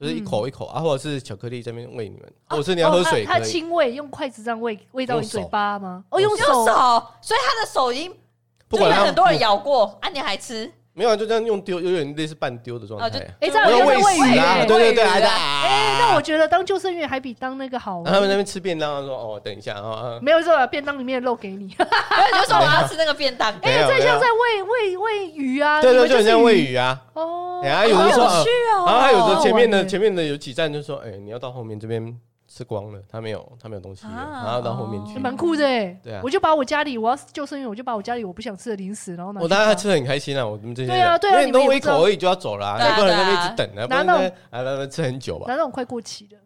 D: 就是一口一口、啊，或者是巧克力这边喂你们，或者是 [LAUGHS] 你要喝水
A: 哦、他
D: 可
A: 他
D: 以。
A: 亲喂，用筷子这样喂喂到你
D: 用手
A: 嘴巴吗？哦，用手，
C: 用手，所以他的手已经
D: 不管
C: 就是
D: 他
C: 很多人咬过啊，你还吃？
D: 没有啊，就这样用丢，有点类似半丢的状
C: 哦就
D: 态啊。
A: 哎、这样
D: 我
A: 就
D: 要
A: 是
D: 喂
A: 喂鱼、
D: 死啊！
A: 哎
D: 对对对，
C: 喂鱼
D: 啊
C: 啦
A: 哎、那我觉得当救生员还比当那个好、
D: 然后啊他们在那边吃便当，他说哦，等一下啊，啊
A: 没有就把便当里面的肉给你，
C: 然后你就说我要吃那个便当，
D: 没
A: 哎、
D: 有
A: 这像 [LAUGHS]
D: 没
A: 在喂喂喂鱼啊，
D: 对
A: 你
D: 对，
A: 们
D: 就很
A: 是
D: 像喂鱼啊。
A: 哦。
D: 哎呀，有的
C: 好
D: 说，
C: 有趣哦
D: 呃然后还有
A: 好好
D: 的前面的
A: 玩耶
D: 前面的有几站就说，哎，你要到后面这边吃光了，他没有他没有东西了，
C: 啊
D: 然后到后面去
A: 也。蛮酷的哎、
D: 对啊
A: 我就把我家里我要救生员，我就把我家里我不想吃的零食，然后拿去
D: 我大家
A: 发
D: 吃的很开心啊，我们这些人
A: 对啊对啊
D: 因为你都
A: 你们
D: 喂
A: 也
D: 一
A: 不知道
D: 口而已就要走了啊，
C: 对啊
D: 你不能在那边一直等啊，不
A: 对啊
D: 能在啊那边吃很久
A: 拿
D: 吧？
A: 那种快过期的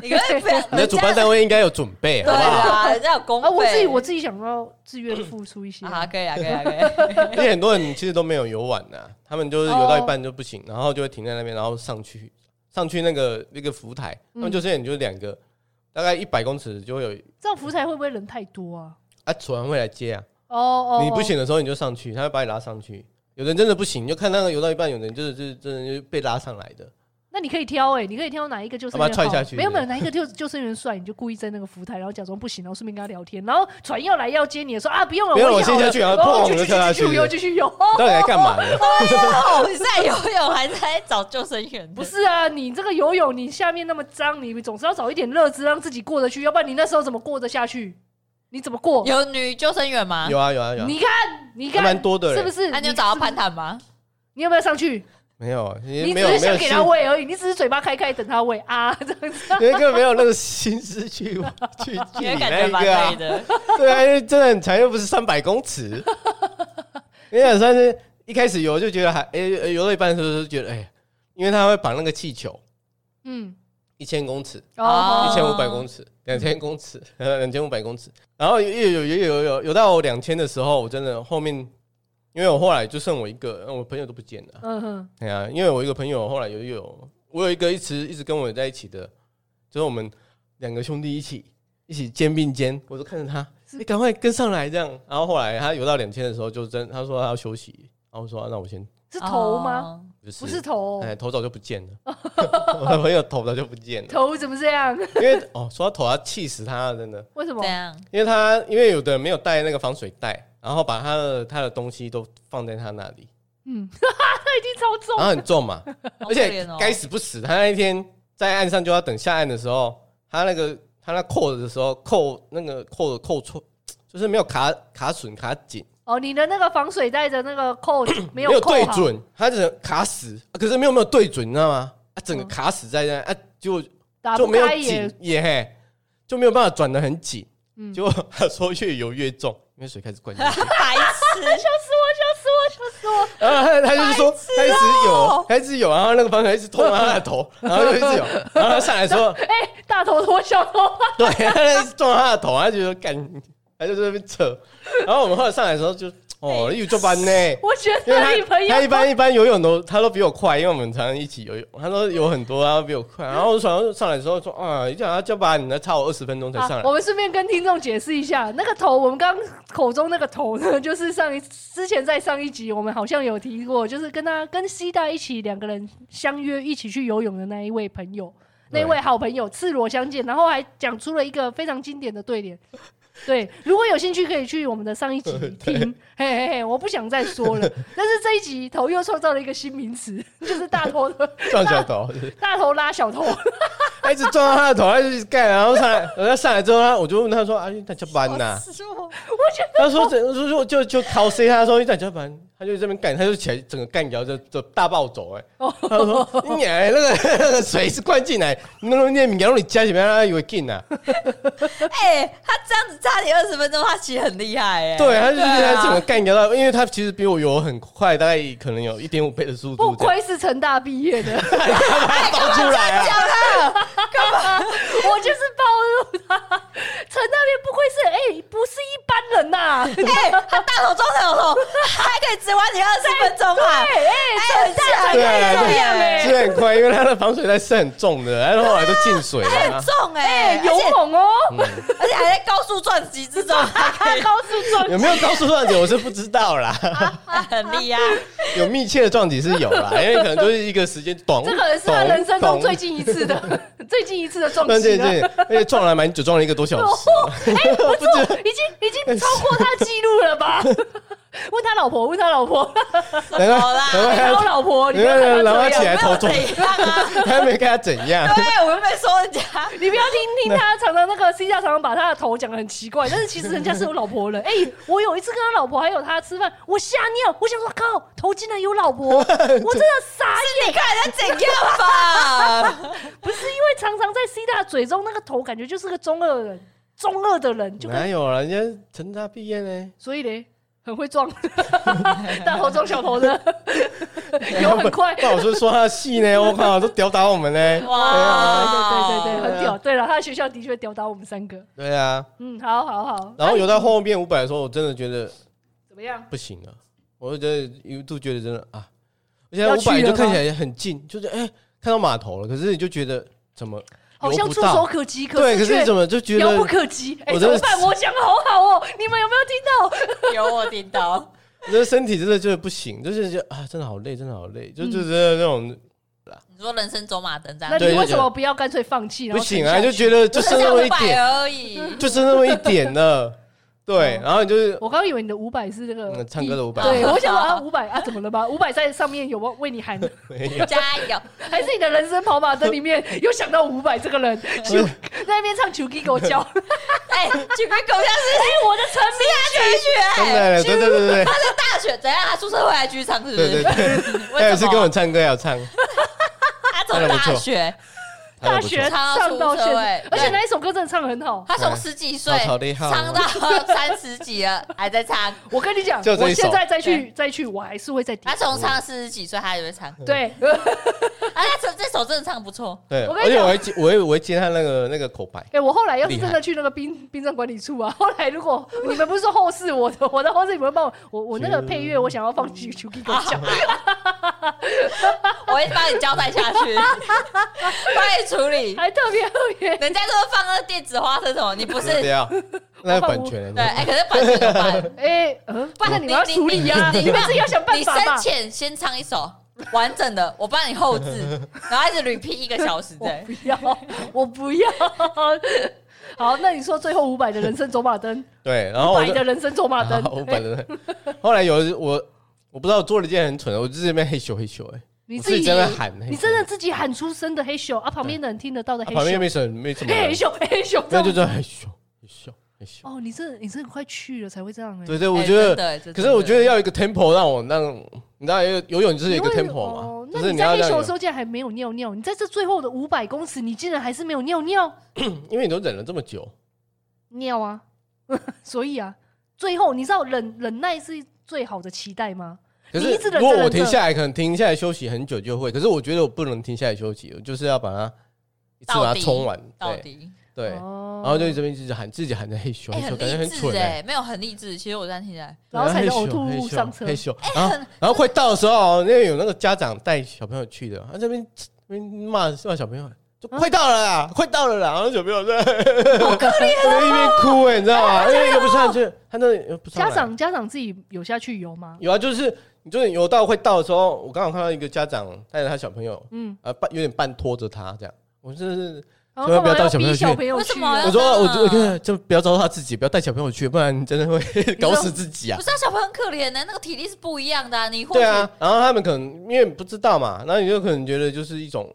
C: 你可以不要
D: 你的主办单位应该有准
A: [LAUGHS]
D: 备，
C: 对
D: 好不好？
C: 啦，人家有公费
A: 啊，我自己我自己想要自愿付出一些，
C: 哦啊，可以啊，可以啊，
A: [LAUGHS]
C: 可以。
D: 因为很多人其实都没有游玩啊，他们就是游到一半就不
A: 哦
D: 行，然后就会停在那边，然后上去上去那个那个浮台，
A: 嗯
D: 他们就是你就两个大概一百公尺就会有
A: 这样服务台会不会人太多啊？
D: 啊船会来接啊。
A: 哦哦，
D: 你不行的时候你就上去，他会把你拉上去。有人真的不行，你就看那个游到一半，有人就是就是真的就被拉上来的。
A: 那那你可以挑哎、你可以挑哪一个救生
D: 把
A: 员
D: 他踹
A: 好
D: 下去
A: 没有没有，哪一个救救生员帅，你就故意在那个浮台，然后假装不行，然后顺便跟他聊天，然后船要来要接你的时候啊，不用了，
D: 不用了
A: 我
D: 我先下去
A: 然
D: 然后
A: 后
D: 砰
A: 继续
D: 就跳下
A: 继
D: 去
A: 续游，继续游。
D: 到底来干嘛的？
C: 哦，你在游泳还在找救生员？
A: 不，是啊，你这个游泳，你下面那么脏，你总是要找一点乐子让自己过得去，要不然你那时候怎么过得下去？你怎么过？
C: 有女救生员吗？
D: 有啊有啊有啊，
A: 你看，你看，
D: 还蛮多的欸
A: 是
D: 嘞
A: 不是？
C: 那你有
A: 你
C: 找到
A: 是不是
C: 攀谈吗？
A: 你有没有上去？
D: 没有，你
A: 你
D: 没
A: 只
D: 有
A: 是
D: 没有
A: 想给他
D: 心，
A: 喂而已，你只是嘴巴开开等他喂啊，这样子。
D: [LAUGHS] 因为根本没有那个心
C: [LAUGHS]
D: 思去去去
C: 因
D: 你
C: 为感
D: 那
C: 觉
D: 一
C: 蛮
D: 个啊
C: 累，的。
D: [LAUGHS] 对啊，因为真的很长，又不是三百
C: [LAUGHS]
D: 公尺。因为算是一开始游就觉得还，哎、呃游到一半的时候就觉得，哎、因为他会绑那个气球，
A: 嗯，
D: 一千公尺、
A: [LAUGHS] 哦
D: 一，千五百公尺、两千公尺、 [LAUGHS] 两千五百公尺，然后游游游游游游到两千的时候，我真的后面，因为我后来就剩我一个，呃我朋友都不见了。
A: 嗯哼，
D: 对啊，因为我一个朋友后来有有，我有一个一直一直跟我在一起的，就是我们两个兄弟一起一起肩并肩，我都看着他，你赶、快跟上来这样。然后后来他游到两千的时候，就真他说他要休息，然后我说、啊那我先
A: 是头吗？
C: 哦？
D: 不是
A: 不是头
D: 哎、，头早就不见了，我的朋友头早就不见了， [LAUGHS]
A: 头怎么这样？啊
D: 因为哦说到头要气死他了，真的，
A: [LAUGHS] 为什么
C: 哦这？
A: [LAUGHS]
C: 样
D: 因为他因为有的人没有带那个防水袋，然后把他的他的东西都放在他那里，
A: 嗯， [LAUGHS] 他已经超重
D: [LAUGHS] 然后很重嘛，
C: 好
D: 而
C: 可
D: 且
C: 怜哦
D: 该死不死，他那一天在岸上就要等下岸的时候，他那个他那扣的时候扣那个扣的扣错，就是没有卡卡榫卡紧，
A: 哦。你的那个防水袋的那个扣没
D: [COUGHS] 没
A: 有扣
D: 对
A: 好，
D: 准，他只能卡死，啊可是没有没有对准，你知道吗？啊，整个卡死在那，啊，结果
A: 打
D: 就
A: 嗯不
D: 没有
A: 开也
D: 紧，也嘿，就没有办法转的很紧，
A: 嗯
D: 结果他说越游越重，因为水开始灌进
A: [LAUGHS]
D: 去。
C: 白痴，
D: 然后啊他他就是说，他一直
A: 哦
D: 有，他一直有，然后那个方向一直捅到他的头，然后就一直有，然后他上来说，
A: 哎，大头脱小头，
D: 对，他就撞他的头，他就说干，他就在那边扯。然后我们后来上来的时候就，哦，又做班呢，
A: 我觉
D: 因
A: 得
D: 为
A: 你
D: 他
A: 朋友
D: 他一般一般游泳都他都比我快，因为我们常常一起游泳，他说有很多啊比我快。然后我上上来的时候说啊，你想要叫班，你要差我二十分钟才上
A: 啊，
D: 来
A: 我。们顺便跟听众解释一下，那个头，我们刚口中那个头呢，就是上一之前在上一集我们好像有提过，就是跟他跟西大一起两个人相约一起去游泳的那一位朋友，那
D: 对
A: 一位好朋友赤裸相见，然后还讲出了一个非常经典的对联。
D: [LAUGHS]
A: 对，如果有兴趣可以去我们的上一集听，嘿嘿嘿，我不想再说
D: [LAUGHS]
A: 了。但是这一集头又创造了一个新名词， [LAUGHS] 就是大头的
D: 撞小头， [LAUGHS] 就是
A: 大头拉小头， [LAUGHS]
D: 他一直撞到他的头，他就一直干，然后上来，然后上来之后，他我就问他说：“啊，你在叫班呐、他说整就就就就考 C，他说你在加班，他就这边干，他就起来整个干掉，就就大暴走哎、
A: 哦
D: 他说你哎那个那个水是灌进来，那个那米让你加起来，他以为进
A: [LAUGHS]
D: 啊，
C: [LAUGHS] 哎，他这样子差你二十分钟，他其实很厉害哎。
D: 对，他就是
C: 对啊
D: 他整个干掉到，因为他其实比我游很快，大概可能有一点五倍的速
A: 不
D: 度这样，
A: 愧是成大毕业的。
D: 他爆出来啊，
A: [LAUGHS] 我就是暴露他，陈那边不愧是哎、不是一般人呐、
C: 哎，他大头撞小头，他还可以只玩你二十分钟啊！
A: 哎哎，
C: 很强
D: 对啊，
A: 这样
D: 对
A: 欸
D: 是很快，因为他的防水袋是很重的，然后后来都进
A: [LAUGHS]
D: 水了
C: 很
D: 啊。
C: 重哎，
A: 哎勇
C: 而且
A: 猛哦，
C: 而且还在高速撞击 [LAUGHS] 之中，还可以
A: 高速撞 [LAUGHS]
D: 有没有高速撞击我是不知道啦， [LAUGHS]
C: 很厉害。
D: 有密切的撞击是有啦，因为可能就是一个时间短，
A: 这可能是他人生中
D: 咚
A: 最近一次的 [LAUGHS] 最近一次的撞
D: 对
A: 击
D: 对
A: 了。
D: 对，而且哎撞来蛮久，撞了一个多小
A: [LAUGHS]
D: 时。
A: 哎，不错，已经已经超过他的记录了吧？ [LAUGHS] 问他老婆，问他老婆，
D: 难怪
C: 好啦
D: 难怪
A: 然后
D: 他
A: 哎老婆， [LAUGHS] 你不要
D: 难怪
A: 看
D: 老
A: 他
D: 婆
A: 这
D: 起来
A: 样，
C: 没
D: 头撞
C: 有怎样啊？
A: [LAUGHS]
D: 他没跟他怎样，
C: 对，我又没说人家。
A: 你不要听听他常常那个 C 家常常把他的头讲的很奇怪，但是其实人家是有老婆了。哎、我有一次跟他老婆还有他吃饭，我吓尿，我想说靠，头竟然有老婆，我真的傻眼。
C: 你看人家怎样吧？
A: 不是因为常常在 C 大嘴中那个头，感觉就是个中二人，中二的人就
D: 哪
A: 跟
D: 有啊？人家成大毕业呢，
A: 所以嘞，很会撞，大头撞小头的，有很快。
D: 不好说说他的
A: [LAUGHS]
D: 戏呢，我靠，都吊打我们呢。
A: 对
C: [LAUGHS] 哇！
A: 对对，很屌。对了，他的学校的确吊打我们三个。
D: 对啊，
A: 嗯，好好好，
D: 然后游到后面五百的时候，我真的觉得
A: 怎么样？
D: 不行了，我就觉得一度觉得真的啊，而且
A: 要
D: 五
A: 去了
D: 百
A: 吗
D: 就看起来很近，就是哎、看到码头了，可是你就觉得怎么
A: 好像
D: 游不
A: 触手
D: 到？
A: 可及，可
D: 对，可
A: 是却
D: 是怎么就觉
A: 遥
D: 得
A: 不可及。哎、
D: 我
A: 怎
D: 真
A: 么
D: 的
A: 办？我想好好哦，你们有没有听到？
C: 有我听到，
A: 嗯
D: 这身体真的就是不行，就是觉得啊，真的好累，真的好累，就就是那种啦。
C: 你说人生走马灯这
A: 那
C: 样，
A: 你
D: 对
A: 为
D: 就
A: 什么不要干脆放弃？然
D: 不
A: 后
D: 行
A: 沉
D: 啊，
A: 下
D: 就
A: 去
D: 觉得就
C: 不
D: 是那
C: 像
D: 么
C: 五
D: 一
C: 百
A: [LAUGHS]
D: 点，
C: 而已。
D: 就是那么一点了。对，
A: 哦 [LAUGHS]
D: 然后你就是
A: 我刚以为你的五百是那个
D: 嗯唱歌的500
A: 对我
D: [LAUGHS]
A: 想啊五百啊怎么了吗？五百在上面有没有为你喊？
D: 没有
C: 加油！
A: 还是你的人生跑马灯里面有想到五百这个
D: [LAUGHS]
A: 人，求在那边唱球给狗叫，
C: 哎，去跟狗像是
A: 我的成名
C: 大学，
D: 真的，对对对对
C: 他在大学，等一下他出社会还继续唱，是不是？
D: 对对
A: [LAUGHS]
D: 对，
C: 为
D: 他有一
C: 什
D: 次
C: 么
D: 跟我唱歌要唱，
C: 他从大学，
D: 唱
A: 大
D: 得
A: 学上到
D: 不错
A: 现在
C: 超出社会，
A: 而且那一首歌真的唱得很好。
C: 他从十几岁
D: 哎好厉害哦
C: 唱到三十几了， [LAUGHS] 还在唱。
A: 我跟你讲，
D: 就这一
A: 我现
D: 首
A: 在再去再去，我还是会再点
C: 他。从唱到四十几岁，他还会
D: [LAUGHS]
C: 唱。
A: 对，
C: 啊，他这这首真的唱得不错。
D: 对，
A: 我跟
D: 而
A: 你
D: 且
A: 讲
D: 我还接，我会我会接他那个那个口白，
A: 哎，我后来要是真的
D: 厉害
A: 去那个殡殡葬管理处啊，后来如果
D: [LAUGHS]
A: 你们不是说后事，我的我的后事你们帮我，我我那个配乐我想要放球球给狗
D: [LAUGHS]
A: 叫，
C: 我会帮你交代下去， [LAUGHS] 帮你处理。
A: 还特别特别。
C: 人家都放那电子花车什么，你
D: [LAUGHS]
C: 不是
D: 对
A: [LAUGHS]
C: 对？
D: 呀，那个版权的，
C: 哎，可是版权怎么办？
A: 哎，嗯，不然你们要
C: 你
A: 处理
D: 哦
A: 啊，
C: 你
A: 你们自己要想办
C: 你
A: 法吧
C: 深。浅先唱一首完整的，我帮你后
D: [LAUGHS]
C: 置，然后一直 repeat 一个小时，对。
A: 不要，我不要。好，那你说最后五百的人生走马
D: [LAUGHS]
A: 灯，
D: 对，然后哦我哦
A: 百
D: 就
A: 的人生走
D: [LAUGHS]
A: 马灯，
D: 五百的，后来有一次我我不知道我做了一件很蠢的，我就在那边嘿咻嘿咻，哎，
A: 你
D: 我
A: 自己
D: 在那边喊，嘿
A: 你
D: 咻
A: 真的自己喊出声的黑咻啊，旁边的人听得到的
D: 啊
A: 黑
D: 旁边
A: 咻，
D: 没什么没什么人
A: 黑，咻，黑咻，这
D: 那
A: 样
D: 就这样嘿咻嘿咻嘿咻，
A: 哦，你这你这快去了才会这样哎。
D: 对对，我
C: 哎
D: 觉
C: 真
D: 得。
C: 的哎这
D: 可
C: 真
D: 是
C: 的
D: 我觉得要有一个 tempo 让我让你知道游游泳就是有一个
A: 因为
D: tempo
A: 哦
D: 嘛，就
A: 那
D: 是
A: 你
D: 要
A: 在黑
D: 让
A: 咻
D: 有
A: 的时候竟然还没有尿尿，你在这最后的五百公尺，你竟然还是没有尿尿
D: 因为你都忍了这么久，
A: 尿啊！ [LAUGHS] 所以啊，最后你知道忍忍耐是最好的期待吗？
D: 可
A: 你
D: 是
A: 一直忍着
D: 如果我
A: 忍着
D: 停下来，可能停下来休息很久就会。可是我觉得我不能停下来休息，我就是要把它一次把
C: 到
D: 它
C: 底
D: 冲完。
C: 到
D: 对
C: 底，
D: 对，
A: 哦
D: 然后就这边一直喊，自己喊的嘿咻
C: 哎，
D: 嘿咻，
C: 很
D: 感觉很
C: 励
D: 蠢
C: 志
D: 哎。
C: 哎，没有很励志。其实我这样听起来，
A: 欸然后才能
D: 嘿咻
A: 呕吐
D: 嘿
A: 物
D: 咻
A: 上车 [LAUGHS] 哎
D: 嘿咻，然后然后快到的时候，哦那有那个家长带小朋友去的，他这边这边骂骂小朋友，就快到了啦，快到了啦，然后小朋友在
C: 好可怜。
D: 在一边哭哎，你知道吗？因为又不上去，他那不上来
A: 家长家长自己有下去游吗？
D: 有啊，就是你就是游到快到的时候，我刚好看到一个家长带着他小朋友，
A: 嗯
D: 嗯，呃，半有点半拖着他这样。我真的是，
A: 然后
D: 千
A: 干
D: 万不
A: 嘛
D: 要
A: 要
D: 带小朋
A: 逼
D: 友去
A: 小朋友
C: 为
A: 去
C: 什么
A: 啊？
C: 要
D: 我说
C: 真的
D: 我就我看就不要糟蹋自己，不要带小朋友去，不然你真的会搞死自己啊
C: 不。是啊，小朋友很可怜的，那个体力是 [LAUGHS] 不一样的啊。你或许
D: 对啊，然后他们可能因为不知道嘛，然后你就可能觉得就是一种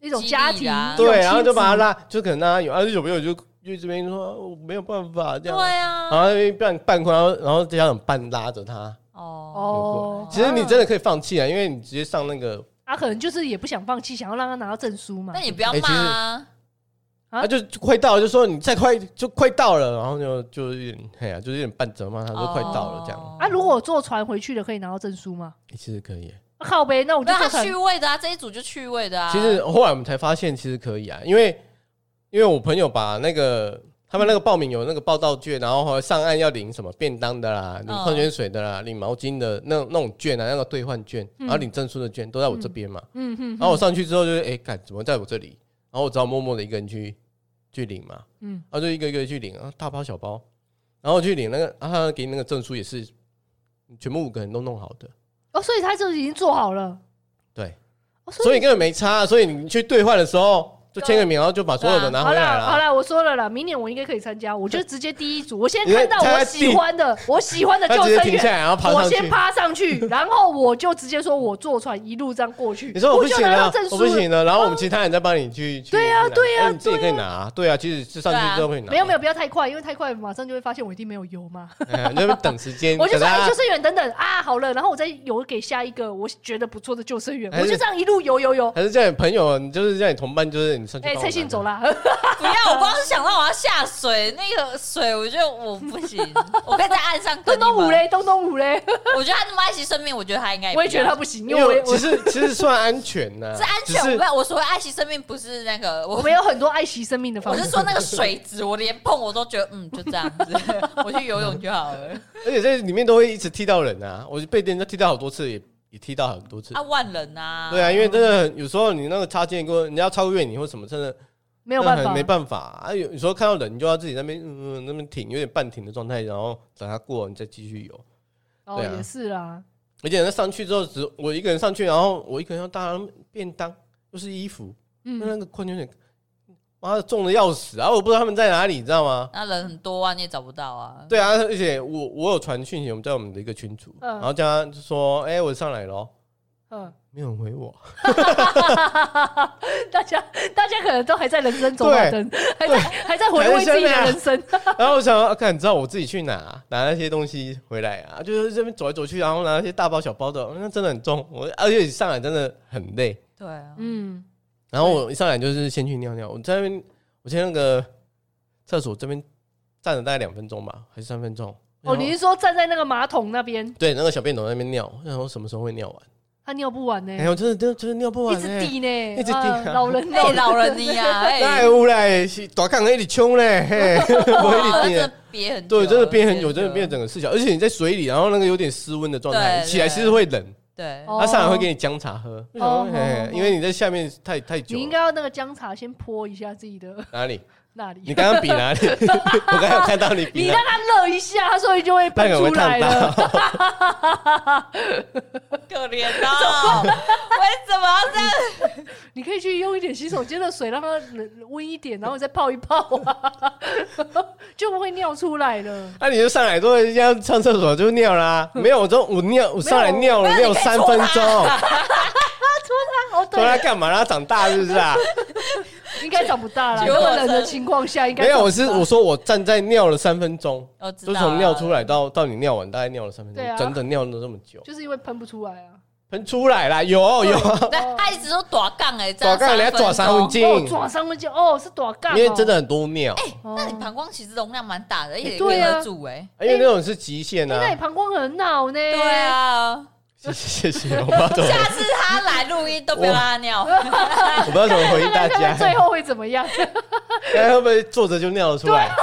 A: 一种家
C: 激
A: 庭
C: 励啊啦，
A: 一种
D: 对，然后
A: 亲
D: 就把他
A: 子
D: 拉，就可能让他有，而啊且小朋友就就这边说我没有办法这
C: 对
D: 样，
C: 啊
D: 然，后那边半半哭，然后然后家长半拉着他。
C: 哦，
A: 哦。
D: 其实你
A: 啊
D: 真的可以放弃啊，因为你直接上那个，
A: 他可能就是也不想放弃，想要让他拿到证书嘛
C: 那。你不要
D: 哎其
C: 骂
D: 实
C: 啊。
A: 啊
D: 他就就快到了，就说你再快就快到了，然后就就有点哎呀，就是有点半折嘛，他说快到了这样。
C: 哦
A: 啊，如果坐船回去的可以拿到证书吗？
D: 欸其实可以欸、
A: 啊靠呗，那我就
C: 那
A: 坐
C: 他
A: 船
C: 趣。味的啊，这一组就趣味的啊。
D: 其实呃后来我们才发现，其实可以啊，因为因为我朋友把那个他们那个报名有那个报道券，然后后来上岸要领什么便当的啦，领
C: 嗯
D: 矿泉水的啦，领毛巾的那那种券啊，那个兑换券，然后领证书的券都在我这边嘛。
A: 嗯哼，
C: 哦
D: 然后我上去之后就是，哎、干怎么在我这里？然后我只好默默的一个人去去领嘛，
A: 嗯
D: 嗯，然后就一个一个去领，啊，大包小包，然后去领那个，啊，他给你那个证书也是全部五个人都弄好的，
A: 哦，所以他就已经做好了。
D: 对，
A: 哦
D: 所以根本没差，啊所以你去兑换的时候就签个名，然后就把所有的拿
A: 好
D: 回来
A: 啦啊好
D: 了。啊
A: 啦，我说了啦，明年我应该可以参加，我就直接第一组，我先
D: [LAUGHS] 你
A: 看到
D: 他
A: 我
D: 他
A: 喜欢的，我喜欢的
D: 他
A: 救
D: 直接
A: 生
D: 停下
A: 员，
D: 来，然后爬
A: 我
D: 上
A: 先
D: 去。
A: 爬上
D: [LAUGHS]
A: 去，然后我就直接说我坐船一路这样过去，
D: 你说我不
A: 就
D: 行
A: 拿到
D: 了
A: 证，
D: 我
A: 书
D: 不
A: 了。
D: 行了，然后我们其他人再帮你去。去
A: 对啊
D: 拿
A: 对啊
D: 哎你自己可以拿，对啊，其实是上
C: 对啊
D: 去之后可以拿。
A: 没有没有，不要太快，因为太快马上就会发现我一定没有游嘛。
D: 有，哎你就等时间。
A: 我就说，
D: 等他
A: 哎，救生员，等等啊，好了，然后我再游给下一个我觉得不错的救生员，
D: 还
A: 我
D: 是
A: 就这样一路游游游。
D: 还是叫你朋友，你就是叫你同伴，就是你上去。
A: 哎，蔡信走
D: 了。
A: 啦，
C: 不要，我光是想到我要下水，那个水我觉得我不
A: [LAUGHS]
C: 行，我可以在岸上跟
A: 东
C: 你们
A: 东五，嘞，东东五嘞，
C: 我觉得他那么爱惜生命，我觉得他应该
A: 我也觉得他
C: 不
A: 不行，因
D: 哎因为
A: 为
D: 我
A: 我
D: 其
A: 我
D: 实其实算安全
A: [LAUGHS]
D: 呐，
C: 要是安
D: 只
C: 全。我
D: 是
C: 没有，我所谓爱惜生命不是那个，
A: 我
C: 我
A: 们有很多爱惜生命的方
C: 我
A: 式
C: 是。说那个水质，我连碰我都觉得嗯，就这样
D: [LAUGHS]
C: 子，我去游泳就好了。
D: 而且在里面都会一直踢到人啊，我就被人家踢到好多次，也也踢到很多次
C: 啊，。万人啊，
D: 对啊，因为真的很有时候你那个擦肩过，人家超越你或什么，真的
A: 没有办
D: 真的
A: 法，
D: 很没办法啊。有有时候看到人，你就要自己在那边嗯那边挺，有点半挺的状态，然后等他过，你再继续游。
A: 哦，
D: 对啊
A: 也是啦。
D: 而且那上去之后，只我一个人上去，然后我一个人要搭便当，都是衣服，那
A: 嗯，
D: 那个矿泉水，妈的重的要死啊！我不知道他们在哪里，你知道吗？
C: 那人很多啊，你也找不到啊。
D: 对啊，而且我我有传讯息，我们在我们的一个群组，
A: 嗯
D: 然后叫他就说：“哎、我上来咯，
A: 嗯，
D: 没有人回我， [LAUGHS]
A: [LAUGHS] 大家大家可能都还在人生走马灯，还在还在回味自己
D: 啊
A: 的人生。
D: 然后我想，啊，看你知道我自己去哪、啊拿那些东西回来啊，就是这边走来走去，然后拿那些大包小包的，那真的很重。我而且上来真的很累。
C: 对啊，
A: 嗯，
D: 然后我一上来就是先去尿尿，我在那边，我先那个厕所这边站了大概两分钟吧，还是三分钟。
A: 哦，
D: 然后
A: 你是说站在那个马桶那边，
D: 对那个小便斗在那边尿，然后什么时候会尿完？
A: 他尿不完呢、
D: 哎、我真的真的真的尿不
A: 嗯一
D: 完、
A: 直
D: 欸，
A: 滴呢，
D: 一直滴啊
A: 啊老人
C: 哎， [LAUGHS] 老人你 [LAUGHS] 啊，
D: 那
C: 哎，
D: 有嘞，是大抗一直冲嘞，嘿，
C: 哇
D: 我一
C: 真
D: 直
C: 的
D: 滴。
C: 憋很久了，
D: 对，哦真的憋很久，真
C: 憋
D: 的憋整个四小时，而且你在水里，然后那个有点失温的状态，
C: 对
D: 起来其实会冷，
C: 对，
A: 哦
D: 他上来会给你姜茶喝，我想
A: 哦
D: 说嘿
A: 哦
D: 因为你在下面太太久
A: 你
D: 了。
A: 应该要那个姜茶先泼一下自己的 [LAUGHS]
D: 哪里？
A: 那里，
D: 你刚刚比
A: [LAUGHS]
D: 哪里？我刚刚有看到你
A: 你
D: 比哪
A: 让
D: 里，
A: 它热一下，它所以就会
D: 那
A: 喷
D: 个
A: 出
D: 会
A: 来
D: 烫
A: 了。
D: 到。 [LAUGHS]
C: 可怜 [LAUGHS] 哦，为什么要这样？
A: 你可以去用一点洗手间的水，让它冷温一点，然后再泡一泡啊， [LAUGHS] 就不会尿出来了。
D: 那啊你就上来都人家上厕所就尿
A: [LAUGHS]
D: 啦，
A: 嗯
D: 没有，我都我尿，我上来尿了
C: 没有
D: 尿
C: 你可以
D: 三分钟，
A: 啊
D: [LAUGHS]
A: 哦，
D: 说他
A: 对，
D: 干嘛？让他长大是不
A: [LAUGHS]
D: 是啊？
A: 应该长不大了。
C: 结果
A: 个人的情况下，应该
D: 没有，我是
A: 长不大
D: 我说我站在尿了三分钟，
C: 我知道
D: 就
C: 啊
D: 从尿出来到到你尿完，大概尿了三分钟
A: 对啊，
D: 整整尿了这么久，
A: 就是因为喷不出来啊。
D: 喷出来啦，有有，
C: 对，他一直说短杠哎，
D: 我刚才人家抓三分
C: 钟。
A: 哦，
D: 镜，
A: 抓伤了就哦，是短杠哦，
D: 因为真的很多尿，
A: 哦。
C: 那你膀胱其实容量蛮大的，也
A: 对啊
C: 也合住哎。
D: 因为那种是极限
A: 哎那你
D: 啊。
A: 膀胱很恼呢？
C: 对，啊，
D: [LAUGHS] 谢谢谢谢，我不知
A: [LAUGHS]
D: 道怎么，
C: 下次他来录音都不要让他尿，
D: 我不知道怎么回应大
A: 看看最
D: [LAUGHS] 家，
A: 后会怎么样？
D: 大家会不会坐着就尿了出来？
A: 啊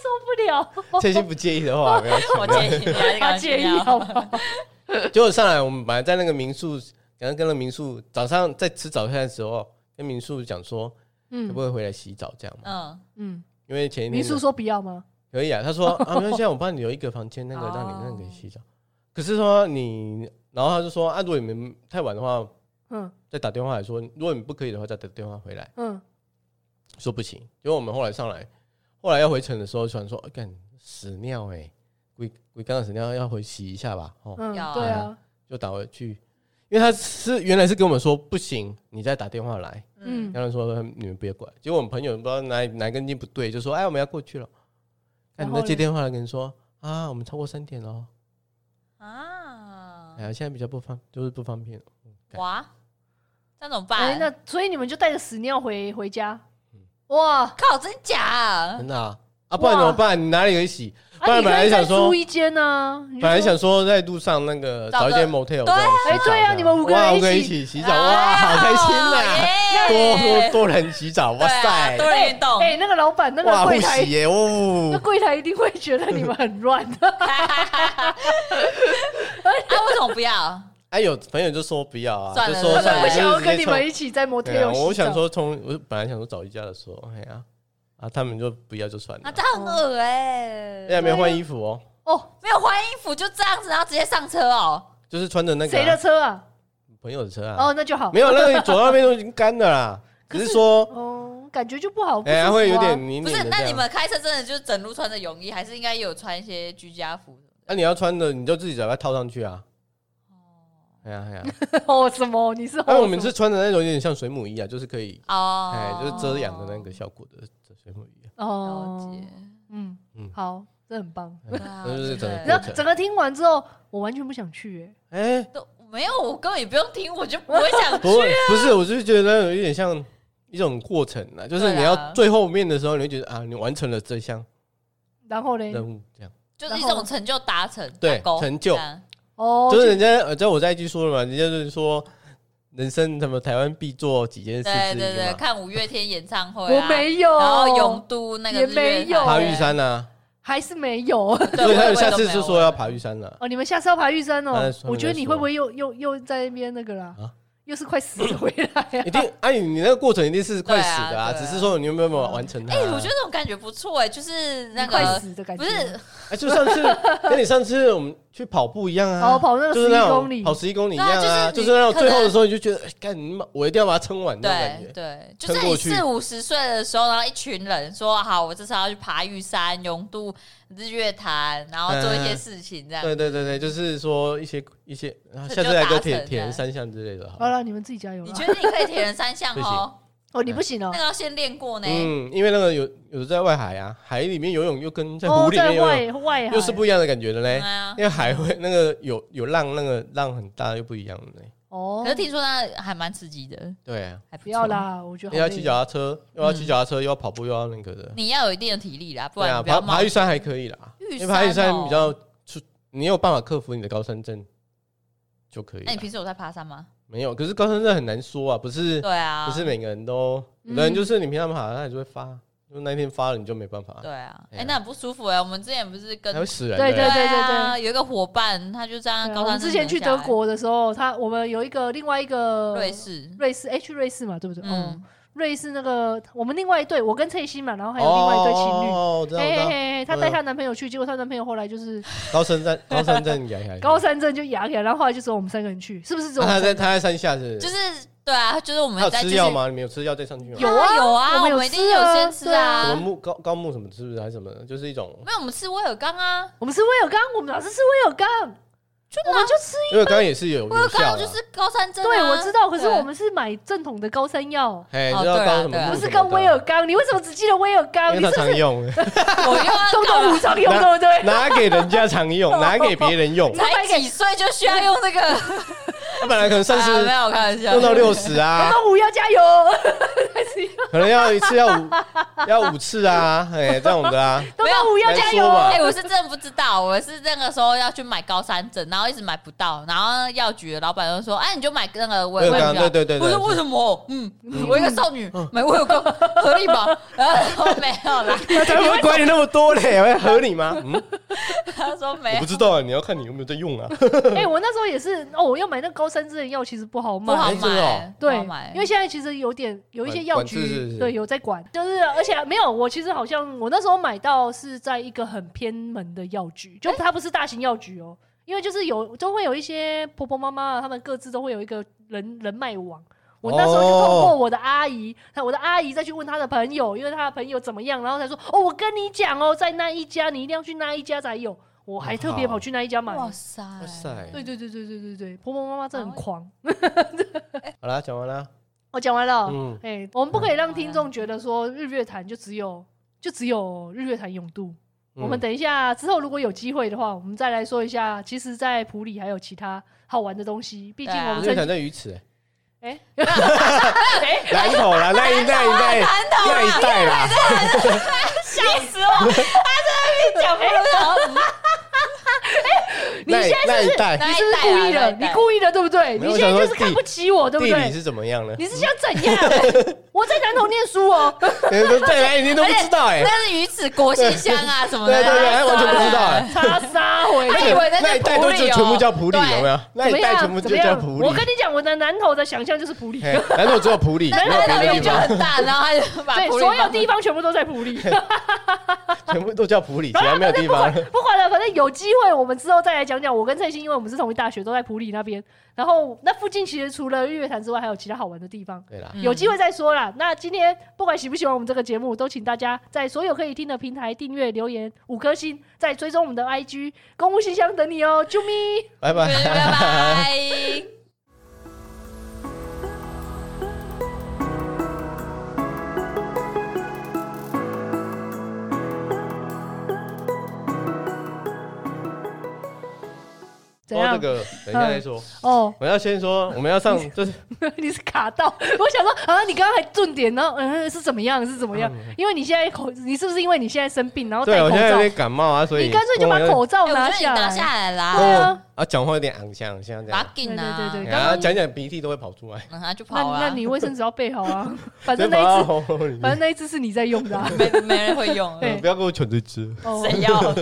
A: 受不了，
D: 千心不介意的话，没有
C: 我
D: 关系。
C: 建 [LAUGHS] 议你还是
A: 他
C: 赶快
A: 介
C: 去
A: 意
C: 尿。
A: 好不好？
D: 结果上来，我们本来在那个民宿，然后跟那民宿早上在吃早餐的时候，跟民宿讲说，可
A: [LAUGHS] 嗯
D: 不可以回来洗澡这样嘛？
C: 嗯，
A: 嗯，
D: 因为前一天
A: 民宿说不要吗？
D: 可以啊，
A: [LAUGHS]
D: 他说啊，没关系啊，我帮你留一个房间，那个让你那个可以洗澡。
A: 哦
D: 可是说你，然后他就说啊，如果你们太晚的话，
A: 嗯
D: 再打电话来说，如果你不可以的话，再打电话回来。
A: 嗯，
D: 说不行，结果我们后来上来，后来要回程的时候，突然说，啊干、屎尿哎、欸，鬼鬼刚刚屎尿要回洗一下吧，哦，
A: 嗯，
C: 要啊
A: 对啊，
D: 就打回去，因为他是原来是跟我们说不行，你再打电话来，
A: 嗯
C: 嗯，
D: 然后说你们不要过来。结果我们朋友不知道哪哪根筋不对，就说哎我们要过去了，那
A: 然
D: 你
A: 后
D: 再接
A: 嘞
D: 电话来跟你说啊我们超过三点了哦，
C: 啊
D: 哎，呀现在比较不方就是不方便，哎
C: 哇，那怎么
A: 哎，
C: 办？
A: 那所以你们就带着屎尿回回家，
D: 嗯
A: 哇！
C: 靠，真假啊？
D: 真的啊，啊不然怎么
A: 哇
D: 办？你哪里可以洗？不
A: 嗯啊，
D: 然
A: 你
D: 本
A: 可
D: 来
A: 以
D: 想
A: 再
D: 说
A: 租一间呢，你就
D: 本来
A: 说
D: 想说在路上那个
C: 找
D: 找
C: 个
D: 一间
C: 对
D: motel，这种洗
A: 哎对
D: 澡
A: 啊
D: 这样
A: 你们五个人
D: 哇五
A: 一
D: 一
A: 起啊
D: 起洗澡，哇，好开心呐！
C: 啊
D: 多多
C: 耶
D: 多人洗澡，哇
C: 对啊，
D: 塞
C: 多人运动，
A: 哎、那个老板那个
D: 哇，
A: 柜
D: 护
A: 台
D: 洗，耶，
A: 那
D: 哦，
A: 柜台一定会觉得你们很乱
D: [LAUGHS]
A: 的。
C: [LAUGHS] 啊，为什么不要？
D: 哎，有朋友就说不要啊，
C: 算
D: 就
C: 了
D: 说
C: 算
D: 算
C: 了
D: 了，
A: 我
D: 就
A: 想要
D: 是直
A: 跟
D: 接
A: 你
D: 冲
A: 们一起在摩天
D: 对啊，
A: 游戏、
D: 我想，说从我本来想说找一家的时候，哎呀，啊，他们就不要就算
C: 啊，
D: 了，
C: 这很恶哎、
D: 哎呀，没有
A: 啊
D: 换衣服哦，
A: 哦，
C: 没有换衣服就这样子，然后直接上车哦。
D: 就是穿着那个
A: 谁
D: 啊
A: 的车啊？
D: 朋友的车啊，
A: 哦，那就好。
D: 没有，那个左到那边都已经干的啦，只是说，
A: 哦，感觉就不好，不舒服
D: 哎，
A: 啊
D: 会有点黏
C: 不
D: 黏
C: 是，
D: 的
C: 那
D: 这
C: 你
D: 样。
C: 们开车真的就是整路穿着泳衣，还是应该也有穿一些居家服？
D: 那啊你要穿的，你就自己把它套上去啊。哎呀
C: [LAUGHS]
D: 哎呀，
A: [LAUGHS] 哦什么？你是哦
D: 那哎我们
A: 什么
D: 是穿的那种有点像水母衣啊，就是可以，
C: 哦，
D: 哎，就是遮阳的那个效果的水母衣
C: 了
D: 啊。
A: 哦
C: 解，。
A: 嗯嗯
D: 嗯，哎
A: 好，这很棒。
C: 对啊
D: 那 [LAUGHS] 就是整个
A: 你
C: 对
A: 知道
D: 过程
A: 整个听完之后，我完全不想去、哎，
D: 哎，
C: 都没有，我根本也不用听，我就不会
D: [LAUGHS]
C: 想去
D: 不。会，不是，我就是觉得有点像一种过程啊，就是你
C: 对啊
D: 要最后面的时候，你会觉得啊，你完成了这项
A: 然后嘞，
D: 任务，这样
C: 就是一种成就达成，
D: 对
C: 打勾
D: 成就
C: 这样
A: 哦，
D: 就是人家呃，在我在一句说了嘛，人家就是说人生什么台湾必做几件事
C: 对
D: 之
C: 对
D: 一
C: 对，
D: 嘛，
C: 看五月天演唱会、
A: 我
C: 啊，
A: 没有，
C: 然后永都那个
A: 也
C: 日月
A: 没有
C: 潭
D: 爬玉，山啊，
A: 还是没有。
C: 对
D: 所以他
C: 我也
D: 们下
C: 都
D: 次
C: 没
D: 就
C: 有
D: 说要爬啊玉山了。
A: 哦，你们下次要爬玉山
D: 他
A: 哦
D: 在，说
A: 我觉得你
D: 他在
A: 会不会又又又在那边那个啦？
D: 啊
A: 又是快死着回来啊、
D: 一定，哎，你那个过程一定是快
C: 对
D: 死
C: 啊
D: 的啊，
C: 对啊
D: 只是说你有没有完成它啊。
C: 哎、我觉 [LAUGHS] 得这种感觉不错哎、就是那
A: 快
C: 个
A: 死的感觉，
D: [LAUGHS]
C: 不是
D: 哎，就上次跟你上次我们去跑步一样啊，
A: 哦跑那个
D: 就是那
A: 11
D: 种
A: 公里
D: 跑十一公里一
C: 对啊
D: 样啊，
C: 就
D: 就是是那种
C: 你可
D: 最后的
C: 能
D: 时候你就觉得，哎干你妈，我一定要把它撑完那种感
C: 对
D: 觉。
C: 对，就是
D: 撑
C: 你
D: 过去
C: 四五十岁的时候，然后一群人说好，我这次要去爬玉山、永渡日月潭，然后做一些事情这样。
D: 对对对对，就是说一些一些，啊
C: 这
D: 下
C: 就
D: 次来
C: 达
D: 个铁
C: 成
D: 铁人
C: 了
D: 三项之类的好
A: 好
D: 了。
A: 了，你们自己加油
C: 你
A: 啦。
C: 确定你可以铁人三项
D: 不
C: 哦
D: 行？
A: 哦，你不行哦
C: 那。个要先练过呢。
D: 嗯，因为那个有有的在外海啊，海里面游泳又跟在湖
A: 哦，
D: 里
A: 在
D: 面游
A: 外
D: 泳
A: 外海
D: 又是不一样的感觉的
C: 对
D: 嘞。
C: 啊，
D: 因为海会那个有有浪，那个浪很大又不一样的嘞。
A: 哦
C: 可是，听说那还蛮刺激的，
D: 对啊，
C: 还不
A: 不
C: 错
A: 要。啦，我觉得
D: 又
A: 好
D: 要
A: 累
D: 骑脚踏车，又要骑脚踏车，又要跑步，又要那个的。
C: 你要有一定的体力啦，不
D: 对
C: 然
D: 啊，
C: 你不要
D: 爬
C: 冒
D: 爬玉山还可以啦，
C: 玉
D: 因为爬玉山
C: 哦
D: 比较出，你有办法克服你的高山症就可以
C: 那
D: 啦
C: 你。平时有在爬山吗？
D: 没有，可是高山症很难说啊，不是
C: [LAUGHS] 对啊，嗯
D: 不是每个人都，有的人就是你平常爬，他也就会发，就那一天发了你就没办法，
C: 对啊，哎、
D: 哎呀
C: 那很不舒服哎、我们之前不是跟
D: 还会死人的。
A: 对对对
C: 啊，有一个伙伴，他就这样
A: 对啊
C: 高
A: 我
C: 山
A: 们
C: 症
A: 之前去
C: 下来
A: 德、国的时候，他我们有一个另外一个
C: 瑞士，
A: 瑞士，哎，去瑞士嘛，对不对？嗯
C: 嗯，，
A: 瑞士那个我们另外一对，我跟蔡欣嘛，然后还有另外一对情侣。
D: 哦，我知道，
A: 嘿嘿
D: 我知道，
A: 嘿嘿，她带她男朋友去，结果她男朋友后来就是
D: 高山症，高山症 [LAUGHS] 也还
A: 高山症就牙起来，然后后来就只有我们三个人去，是不是只有
D: 啊
A: 我
D: 他
A: 们
D: 在
A: 三个
D: 他在山下是不，
C: 就是是对啊，就是我们
D: 他有
C: 在
D: 吃
C: 就是
D: 药吗？你们有吃药再上去吗？
A: 有啊
C: 啊有啊，
A: 我们有
C: 们一定
A: 吃啊
C: 有先吃
D: 什么
C: 啊，
D: 木高高木什么是不是还是什么的？就是一种，
C: 没有我们吃威尔刚啊，
A: 我们是威尔刚，我们老师是威尔刚，
D: 啊
A: 我们就吃。
D: 因为刚刚也是有
C: 威尔
D: 有效
C: 刚
D: 啦
C: 就是高山症、啊，
A: 对，我知道，可是
C: 对
A: 我们是买正统的高山药，
D: 哎，
C: 哦
D: 知道
C: 对啊
D: 高什么木
C: 对
D: 什
C: 啊
D: 么
A: 不
D: 的？
A: 是跟威尔刚。你为什么只记得威尔刚？
D: 因
A: 你
D: 为
A: 是
D: 他
A: 不
D: 常
A: 是
D: 用，
C: 我又要
A: 东
C: 搞
A: 东
C: 了
A: 五常用，对不 [LAUGHS] 对？
D: 拿给人家常
A: [LAUGHS]
D: 用，拿给别人用。
C: 才几岁就需要用这个，
D: 他本来可能三
C: 啊、没
D: 十
C: 有我开玩笑，
D: 用到六十
A: 东 [LAUGHS]
D: 啊，
A: 东五要加油，还是
D: 可能要一次要五要五次啊，哎，这种
A: [LAUGHS]
D: 的啊。
A: 东东五要加油
D: 没说嘛
C: 哎、我是真的不知道，我是那个时候要去买高山症，然后一直买不到，然后药局的老板就说：“哎、你就买那个威
D: 威尔刚
C: 刚。”
D: 对对对对嗯
C: 我说：“为什么？嗯，我一个少女买威尔刚合理吧？”然后他说：“没有啦。
D: 他才不会管你那么多
A: [LAUGHS]
D: 嘞，会合理吗？嗯，”
C: 他说：“没
D: 我
C: 有
D: 不。知道啊，你要看你有没有在用啊。
A: 哎、我那时候也是哦，我要买那个高山症的药，其实不好”
C: 不
A: 买。
C: 好
D: 哎真的
C: 买
D: 哦，
A: 对
C: 不好，买
A: 因为现在其实有点有一些
D: 管
A: 药
D: 管
A: 局
D: 制是不是
A: 对有在管，就是而且没有我其实好像我那时候买到是在一个很偏门的药局，就它不是大型药局哦，因为就是有都会有一些婆婆妈妈啊，他们各自都会有一个人人脉网。我那时候就
D: 哦
A: 通过我的阿姨，她我的阿姨再去问她的朋友，因为她的朋友怎么样，然后才说哦，我跟你讲哦，在那一家你一定要去那一家才有，我还特别跑去那一家买。
C: 哇塞，
D: 哇塞
A: 对对对对对对对，婆婆妈妈真的很狂。
D: 好啦，讲完啦。
A: 我讲完了，
D: 嗯，
A: 哎、我们不可以让听众觉得说日月潭就只有就只有日月潭永渡。
D: 嗯
A: 我们等一下之后如果有机会的话，我们再来说一下。其实，在埔里还有其他好玩的东西，毕竟
C: 对啊
A: 我们
D: 日
A: 曾
D: 产在鱼池，
A: 哎、
C: [LAUGHS] 哎
D: 南投
A: [LAUGHS]
D: 啦，那一带一带那
A: 啊
D: 一带啦，
C: 笑死我！他在那边讲不出口，
A: 你现
D: 那
A: 在
D: 那
A: 是不
D: 一
A: 是
D: 带。
A: 你是不是故意的？
C: 那一带啊那一带
A: 你故意的对不对？
D: 没
A: 你
D: 有
A: 现在就
D: 我
A: 是
D: 想说
A: 看不起我对不
D: 地理
A: 对？
D: 是怎么样呢？ [LAUGHS]
A: 你是想怎样？ [LAUGHS] 我在南头念书哦，
D: 你都再来，你都不知道哎。
C: 那是鱼子国信箱啊什么的，
D: 对对对，完全不知道哎。
A: 叉杀回
C: 他以为在
D: 那一带都就全部叫普里，有没有？那
A: 哦怎么
D: 一哎带全
A: 样？
D: 部
A: 怎
D: 就
A: 么
D: 叫
A: 样？
D: 普里。
A: 我跟你讲，我的南头的想象就是普里。
D: 嘿南投只有
A: [LAUGHS]
D: 普里，没有
C: 那他
D: 别
C: 的
D: 的
C: 名
D: 地
C: 就
D: 方，
C: 很大，然后他就把
A: 对，
C: 普利
A: 所有
C: 邦
A: 地方全部都在埔里。
D: 全部都
A: [LAUGHS]
D: 叫普里，其
A: 然后
D: 他没有地方。
A: 不管了，反正有机会我们之后再来讲讲。我跟蔡欣，因为我们是同一大学，都在埔里那边。然后那附近其实除了日月潭之外，还有其他好玩的地方。
D: 对啦，
C: 嗯
A: 有机会再说啦。那今天不管喜不喜欢我们这个节目，都请大家在所有可以听的平台订阅、留言五颗星，再追踪我们的 IG 公务信箱等你哦，啾咪。
D: 拜拜。
A: 嗯
D: 哦
C: 拜
D: [LAUGHS]
C: 哎拜。
A: 怎
D: 说
A: 样
D: 这？哦个，等一下再说。
A: 哦， [LAUGHS]
D: 我要先说，我们要上，就是
A: 你是卡到，我想说啊，你刚刚还重点，然后嗯是怎么样？是怎么样？因为你现在口，你是不是因为你现在生病，然后戴
D: 嗯对我
A: 口
D: 现在有
A: 罩？
D: 点感冒啊，所以
A: 你干脆就把口罩
C: 哎
A: 拿
C: 我觉得
A: 下
C: 你
A: 来。
C: 拿下来啦，
A: 对
D: 哦
A: 啊
D: 啊，讲话有点昂像像这
C: 把
D: 样
C: 它，紧啊，
A: 对对对
D: 然后讲讲鼻涕都会跑出来。
C: 然后就
A: 那
C: 跑啊了。
A: 那你卫生纸要备好
D: [LAUGHS]
A: 啊，反正
D: 直接
A: 那
D: 跑
A: 一只，
D: 到喉咙里面
A: 反正那一只是你在用的、啊。
C: 没没人会用，
A: [LAUGHS] 对
D: 不要给我蠢着吃。
A: 哦
C: 谁要？